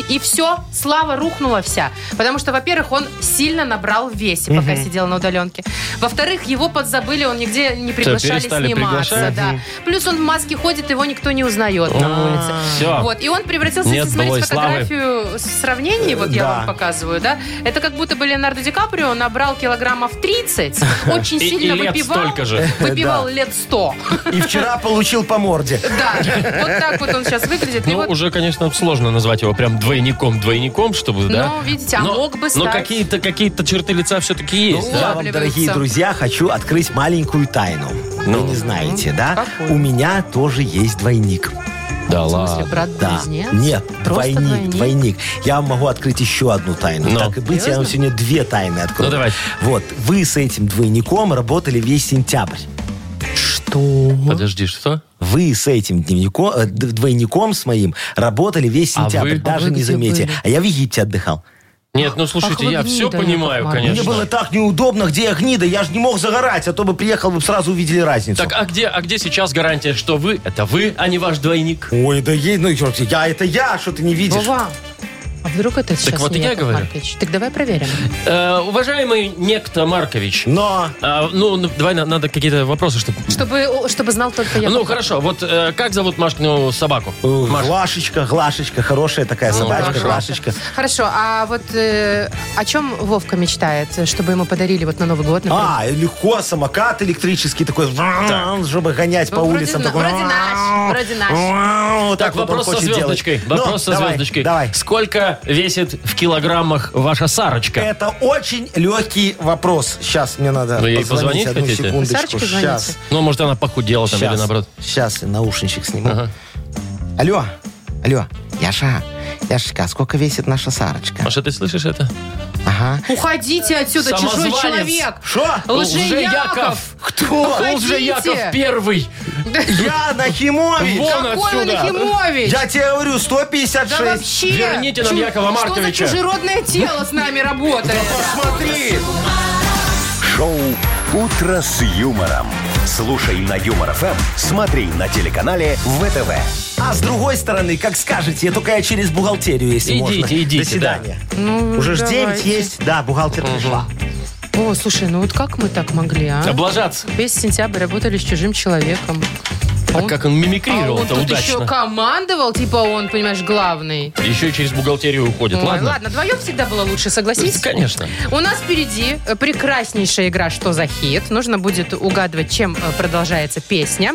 [SPEAKER 3] и все, слава рухнула вся. Потому что, во-первых, он сильно набрал в весе, пока сидел на удаленке. Во-вторых, его подзабыли, он нигде не приглашали
[SPEAKER 2] перестали
[SPEAKER 3] сниматься.
[SPEAKER 2] приглашать. А.
[SPEAKER 3] Да. Плюс он в маске ходит, его никто не узнает на улице.
[SPEAKER 2] Все.
[SPEAKER 3] Вот. И он превратился,
[SPEAKER 2] Нет
[SPEAKER 3] если смотреть
[SPEAKER 2] былой славы.
[SPEAKER 3] фотографию в сравнении, вот я
[SPEAKER 4] Да.
[SPEAKER 3] вам показываю, да, это как будто бы Леонардо Ди Каприо набрал килограммов 30, очень
[SPEAKER 2] И- и
[SPEAKER 3] сильно
[SPEAKER 2] лет
[SPEAKER 3] выпивал,
[SPEAKER 2] столько же.
[SPEAKER 3] выпивал
[SPEAKER 4] Да.
[SPEAKER 3] лет 100.
[SPEAKER 4] и вчера получил по морде.
[SPEAKER 3] Да, вот так вот он сейчас выглядит. И
[SPEAKER 2] Ну,
[SPEAKER 3] вот
[SPEAKER 2] уже, конечно, сложно назвать его прям двойником-двойником, чтобы, да?
[SPEAKER 3] Ну, видите, а мог бы
[SPEAKER 2] Но
[SPEAKER 3] стать.
[SPEAKER 2] какие-то какие черты лица все-таки есть,
[SPEAKER 4] Ну,
[SPEAKER 2] да?
[SPEAKER 4] Я вам,
[SPEAKER 3] Улавливаются.
[SPEAKER 4] дорогие друзья, хочу открыть маленькую тайну. Вы не знаете, да?
[SPEAKER 3] Какую?
[SPEAKER 4] У меня тоже есть двойник.
[SPEAKER 2] Да
[SPEAKER 3] в смысле, брат
[SPEAKER 4] Да.
[SPEAKER 3] близнец?
[SPEAKER 4] Нет,
[SPEAKER 3] Просто
[SPEAKER 4] двойник, двойник, Я вам могу открыть еще одну тайну.
[SPEAKER 2] Ну.
[SPEAKER 4] Так и быть, я вам сегодня две тайны
[SPEAKER 2] Ну,
[SPEAKER 4] открою.
[SPEAKER 2] давай.
[SPEAKER 4] Вот, вы с этим двойником работали весь сентябрь.
[SPEAKER 2] Что? Подожди, что?
[SPEAKER 4] Вы с этим дневником, э, д- двойником с моим работали весь
[SPEAKER 2] А
[SPEAKER 4] сентябрь,
[SPEAKER 2] вы?
[SPEAKER 3] А
[SPEAKER 4] даже
[SPEAKER 3] вы
[SPEAKER 4] не
[SPEAKER 3] где
[SPEAKER 4] заметили.
[SPEAKER 3] были?
[SPEAKER 4] А я в Египте отдыхал.
[SPEAKER 2] Нет, ну слушайте,
[SPEAKER 3] вы
[SPEAKER 2] я все
[SPEAKER 3] гнида,
[SPEAKER 2] понимаю,
[SPEAKER 3] Яков
[SPEAKER 2] конечно.
[SPEAKER 3] Маркович.
[SPEAKER 4] Мне было так неудобно, где я гнида, я же не мог загорать, а то бы приехал, вы бы сразу увидели разницу.
[SPEAKER 2] Так, а где, а где сейчас гарантия, что вы, это вы, а не ваш двойник?
[SPEAKER 4] Ой, да ей, ну черт, я это я, что ты не видишь.
[SPEAKER 3] Вова, а вдруг это сейчас
[SPEAKER 2] вот
[SPEAKER 3] не
[SPEAKER 2] я
[SPEAKER 3] Яков
[SPEAKER 2] говорю.
[SPEAKER 3] Маркович? Так давай проверим.
[SPEAKER 2] Э, уважаемый некто Маркович,
[SPEAKER 4] Но
[SPEAKER 2] а, ну, ну, давай, на- надо какие-то вопросы, чтобы...
[SPEAKER 3] Чтобы, о, чтобы знал только я.
[SPEAKER 2] Ну, хорошо, вот э, как зовут Машкину собаку?
[SPEAKER 4] э,
[SPEAKER 2] Маш.
[SPEAKER 4] Глашечка, Глашечка, хорошая такая собачка,
[SPEAKER 2] хорошо.
[SPEAKER 4] Глашечка.
[SPEAKER 3] Хорошо, а вот э, о чем Вовка мечтает, чтобы ему подарили вот на Новый год, например?
[SPEAKER 4] А, легко, самокат электрический такой, чтобы гонять по
[SPEAKER 3] Ну, вроде
[SPEAKER 4] улицам.
[SPEAKER 3] на-
[SPEAKER 4] такой,
[SPEAKER 3] вроде наш, вроде наш.
[SPEAKER 4] Вот
[SPEAKER 2] Так,
[SPEAKER 4] вот он
[SPEAKER 2] вопрос со
[SPEAKER 4] хочет делать.
[SPEAKER 2] звездочкой.
[SPEAKER 4] Ну,
[SPEAKER 2] Вопрос со
[SPEAKER 4] давай,
[SPEAKER 2] звездочкой.
[SPEAKER 4] Давай.
[SPEAKER 2] Сколько весит в килограммах ваша Сарочка?
[SPEAKER 4] Это очень легкий вопрос. Сейчас мне надо
[SPEAKER 2] Вы ей позвонить
[SPEAKER 4] одну
[SPEAKER 2] хотите?
[SPEAKER 4] секундочку.
[SPEAKER 3] Сарочке
[SPEAKER 4] Сейчас,
[SPEAKER 3] звоните.
[SPEAKER 2] Ну, может, она похудела там или наоборот.
[SPEAKER 4] сейчас я наушничек сниму.
[SPEAKER 2] Ага.
[SPEAKER 4] Алло, алло, Яша,
[SPEAKER 9] Яшечка, а сколько весит наша Сарочка?
[SPEAKER 2] Маша, ты слышишь это?
[SPEAKER 9] Ага.
[SPEAKER 3] Уходите отсюда, чужой
[SPEAKER 2] Самозванец.
[SPEAKER 3] человек.
[SPEAKER 4] Что?
[SPEAKER 3] Лжеяков.
[SPEAKER 2] Лжеяков.
[SPEAKER 4] Кто?
[SPEAKER 3] Уходите.
[SPEAKER 2] Лжеяков первый.
[SPEAKER 4] Я Нахимович?
[SPEAKER 2] Вон
[SPEAKER 3] Какой он
[SPEAKER 2] отсюда.
[SPEAKER 3] Нахимович?
[SPEAKER 4] Я тебе говорю, 156.
[SPEAKER 3] Да вообще.
[SPEAKER 2] Верните нам Якова Марковича.
[SPEAKER 3] Что за чужеродное тело с нами работает?
[SPEAKER 4] Посмотри.
[SPEAKER 1] Шоу «Утро с юмором». Слушай на Юмор ФМ, смотри на телеканале ВТВ.
[SPEAKER 4] А с другой стороны, как скажете, я только я через бухгалтерию, если
[SPEAKER 2] Идите,
[SPEAKER 4] можно.
[SPEAKER 2] идите,
[SPEAKER 4] До свидания.
[SPEAKER 3] Ну,
[SPEAKER 4] Уже ж 9
[SPEAKER 3] давайте.
[SPEAKER 4] есть. Да, бухгалтер пришла.
[SPEAKER 3] О, слушай, ну вот как мы так могли, а?
[SPEAKER 2] Облажаться.
[SPEAKER 3] Весь сентябрь работали с чужим человеком.
[SPEAKER 2] А как он
[SPEAKER 3] А он
[SPEAKER 2] мимикрировал-то
[SPEAKER 3] тут еще
[SPEAKER 2] удачно.
[SPEAKER 3] командовал, типа он, понимаешь, главный.
[SPEAKER 2] Еще и через бухгалтерию уходит.
[SPEAKER 3] Ой,
[SPEAKER 2] Ладно?
[SPEAKER 3] ладно, вдвоем всегда было лучше, согласись?
[SPEAKER 2] Конечно.
[SPEAKER 3] У нас впереди э, прекраснейшая игра «Что за хит?». Нужно будет угадывать, чем э, продолжается песня.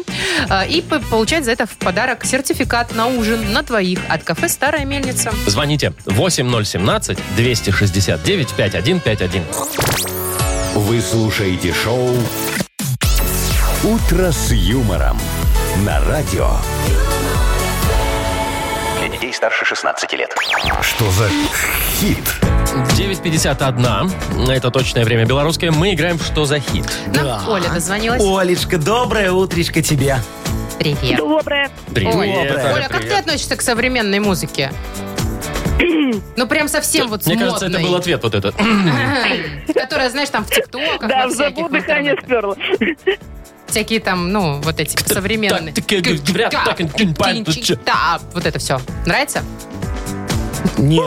[SPEAKER 3] э, И по- получать за это в подарок сертификат на ужин на двоих от кафе «Старая мельница».
[SPEAKER 2] Звоните 8017-269-5151.
[SPEAKER 1] Вы слушаете шоу «Утро с юмором» на радио.
[SPEAKER 5] Для детей старше 16 лет.
[SPEAKER 1] Что за хит?
[SPEAKER 2] 9.51. Это точное время белорусское. Мы играем в «Что за хит?».
[SPEAKER 3] Нам Оля дозвонилась.
[SPEAKER 4] Олечка, доброе утречко тебе.
[SPEAKER 3] Привет.
[SPEAKER 8] Доброе.
[SPEAKER 2] Привет,
[SPEAKER 4] Доброе.
[SPEAKER 3] Оля, как ты
[SPEAKER 2] привет.
[SPEAKER 3] относишься к современной музыке? Ну, прям совсем вот
[SPEAKER 2] Мне кажется, это был
[SPEAKER 3] модной.
[SPEAKER 2] ответ вот этот.
[SPEAKER 3] Которая, знаешь, там в ТикТоках,
[SPEAKER 8] Да,
[SPEAKER 3] во
[SPEAKER 8] в
[SPEAKER 3] всяких
[SPEAKER 8] забу дыхание
[SPEAKER 3] интернетах.
[SPEAKER 8] сперло.
[SPEAKER 3] Всякие там, ну, вот эти современные.
[SPEAKER 2] Так, так, э, говорят,
[SPEAKER 3] Тик-так,
[SPEAKER 2] так, э, тюнь-пань, тут чё?
[SPEAKER 3] тинь-чик-так. Вот это все. Нравится?
[SPEAKER 4] Не,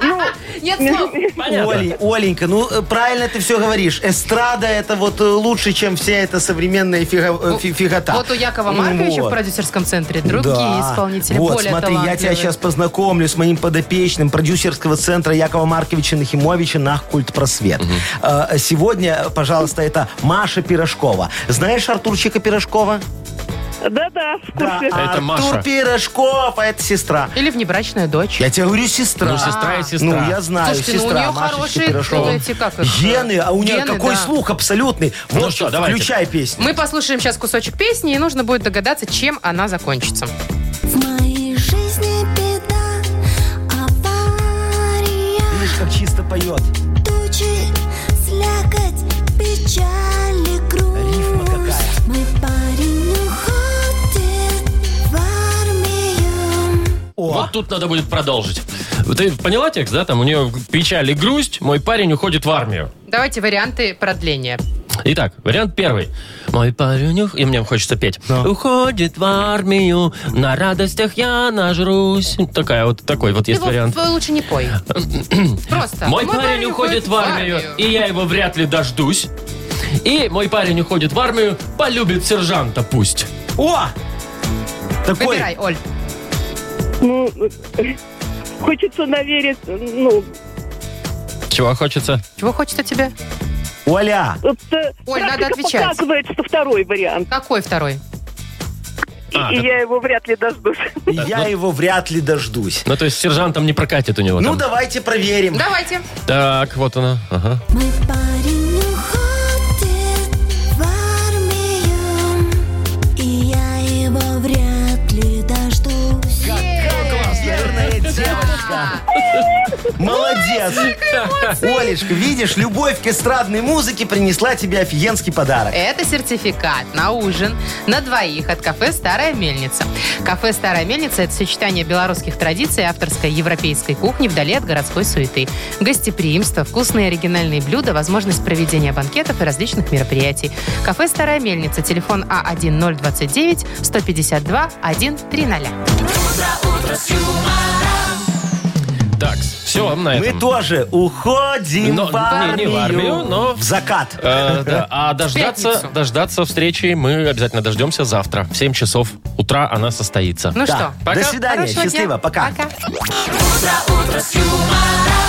[SPEAKER 4] ну,
[SPEAKER 3] Нет слов.
[SPEAKER 4] Оли- Оленька, ну э, правильно ты все говоришь. Эстрада это вот э, лучше, чем вся эта современная фига- э, фи- фигота.
[SPEAKER 3] Вот у Якова Марковича в
[SPEAKER 4] Вот.
[SPEAKER 3] продюсерском центре другие
[SPEAKER 4] Да.
[SPEAKER 3] исполнители
[SPEAKER 4] Вот,
[SPEAKER 3] более
[SPEAKER 4] смотри, я тебя
[SPEAKER 3] талантливые.
[SPEAKER 4] сейчас познакомлю с моим подопечным продюсерского центра Якова Марковича Нахимовича на культ просвет. Э, Сегодня, пожалуйста, это Маша Пирожкова. Знаешь Артурчика Пирожкова?
[SPEAKER 8] Да-да, в курсе.
[SPEAKER 2] Это
[SPEAKER 4] Артур
[SPEAKER 2] Маша.
[SPEAKER 4] Пирожков, а это сестра.
[SPEAKER 3] Или внебрачная дочь.
[SPEAKER 4] Я тебе говорю, сестра.
[SPEAKER 2] Ну, сестра и сестра.
[SPEAKER 4] Ну, я знаю,
[SPEAKER 3] Слушайте, ну, у
[SPEAKER 4] сестра
[SPEAKER 3] нее
[SPEAKER 4] Машечки
[SPEAKER 3] хорошие,
[SPEAKER 4] Пирожкова.
[SPEAKER 3] ну, эти, как их,
[SPEAKER 4] Гены, а у нее
[SPEAKER 3] гены,
[SPEAKER 4] такой
[SPEAKER 3] да.
[SPEAKER 4] слух абсолютный. Вот
[SPEAKER 2] Ну что, давайте.
[SPEAKER 4] включай песню.
[SPEAKER 3] Мы послушаем сейчас кусочек песни, и нужно будет догадаться, чем она закончится.
[SPEAKER 10] В моей жизни беда, а
[SPEAKER 3] А
[SPEAKER 10] авария,
[SPEAKER 4] Видишь, как чисто поет.
[SPEAKER 10] тучи, слякоть, печаль и
[SPEAKER 4] Рифма
[SPEAKER 10] груз.
[SPEAKER 4] какая.
[SPEAKER 10] Мой парень уходит в армию.
[SPEAKER 4] О,
[SPEAKER 2] Вот тут надо будет продолжить. Ты поняла текст, да? Там у нее печаль и грусть. Мой парень уходит в армию.
[SPEAKER 3] Давайте варианты продления.
[SPEAKER 2] Итак, вариант первый. Мой парень, ух- и мне хочется петь. Уходит в армию, на радостях я нажрусь. Такая вот, такой вот
[SPEAKER 3] Ты
[SPEAKER 2] есть
[SPEAKER 3] его
[SPEAKER 2] вариант.
[SPEAKER 3] в- лучше не пой. Просто.
[SPEAKER 2] Мой парень уходит в армию, и я его вряд ли дождусь. И мой парень уходит в армию, полюбит сержанта пусть.
[SPEAKER 4] о! Такой.
[SPEAKER 3] Выбирай, Оль.
[SPEAKER 8] Ну, хочется наверить, ну,
[SPEAKER 2] Чего хочется?
[SPEAKER 3] Чего хочет от тебя?
[SPEAKER 4] Оля,
[SPEAKER 8] вот, э,
[SPEAKER 3] Оль, надо
[SPEAKER 8] практика
[SPEAKER 3] отвечать.
[SPEAKER 8] показывает, что второй вариант.
[SPEAKER 3] Какой второй?
[SPEAKER 2] А,
[SPEAKER 8] и
[SPEAKER 2] так-
[SPEAKER 8] я его вряд ли дождусь.
[SPEAKER 4] я его вряд ли дождусь.
[SPEAKER 2] Ну, то есть сержантом не прокатит у него
[SPEAKER 4] Ну,
[SPEAKER 2] там.
[SPEAKER 4] давайте проверим.
[SPEAKER 3] Давайте.
[SPEAKER 2] Так, вот она. Ага.
[SPEAKER 10] Мой парень уходит в армию, и я его вряд ли дождусь.
[SPEAKER 4] Верная девочка. Молодец. Олечка, видишь, любовь к эстрадной музыке принесла тебе офигенский подарок.
[SPEAKER 3] Это сертификат на ужин на двоих от кафе «Старая мельница». Кафе «Старая мельница» – это сочетание белорусских традиций и авторской европейской кухни вдали от городской суеты. Гостеприимство, вкусные оригинальные блюда, возможность проведения банкетов и различных мероприятий. Кафе «Старая мельница», телефон А А1029-152-130.
[SPEAKER 2] Так, все, на
[SPEAKER 4] Мы
[SPEAKER 2] этом.
[SPEAKER 4] тоже уходим
[SPEAKER 2] Но-
[SPEAKER 4] в армию.
[SPEAKER 2] не- не в армию, но-
[SPEAKER 4] В закат.
[SPEAKER 2] Э, да. А дождаться,
[SPEAKER 3] пятницу.
[SPEAKER 2] дождаться встречи мы обязательно дождемся завтра. В 7 часов утра она состоится.
[SPEAKER 3] Ну
[SPEAKER 4] Да.
[SPEAKER 3] что,
[SPEAKER 2] Пока.
[SPEAKER 4] До свидания.
[SPEAKER 3] хорошего дня.
[SPEAKER 4] Счастливо. Пока.
[SPEAKER 3] Пока.
[SPEAKER 10] Утро, утро с юмором.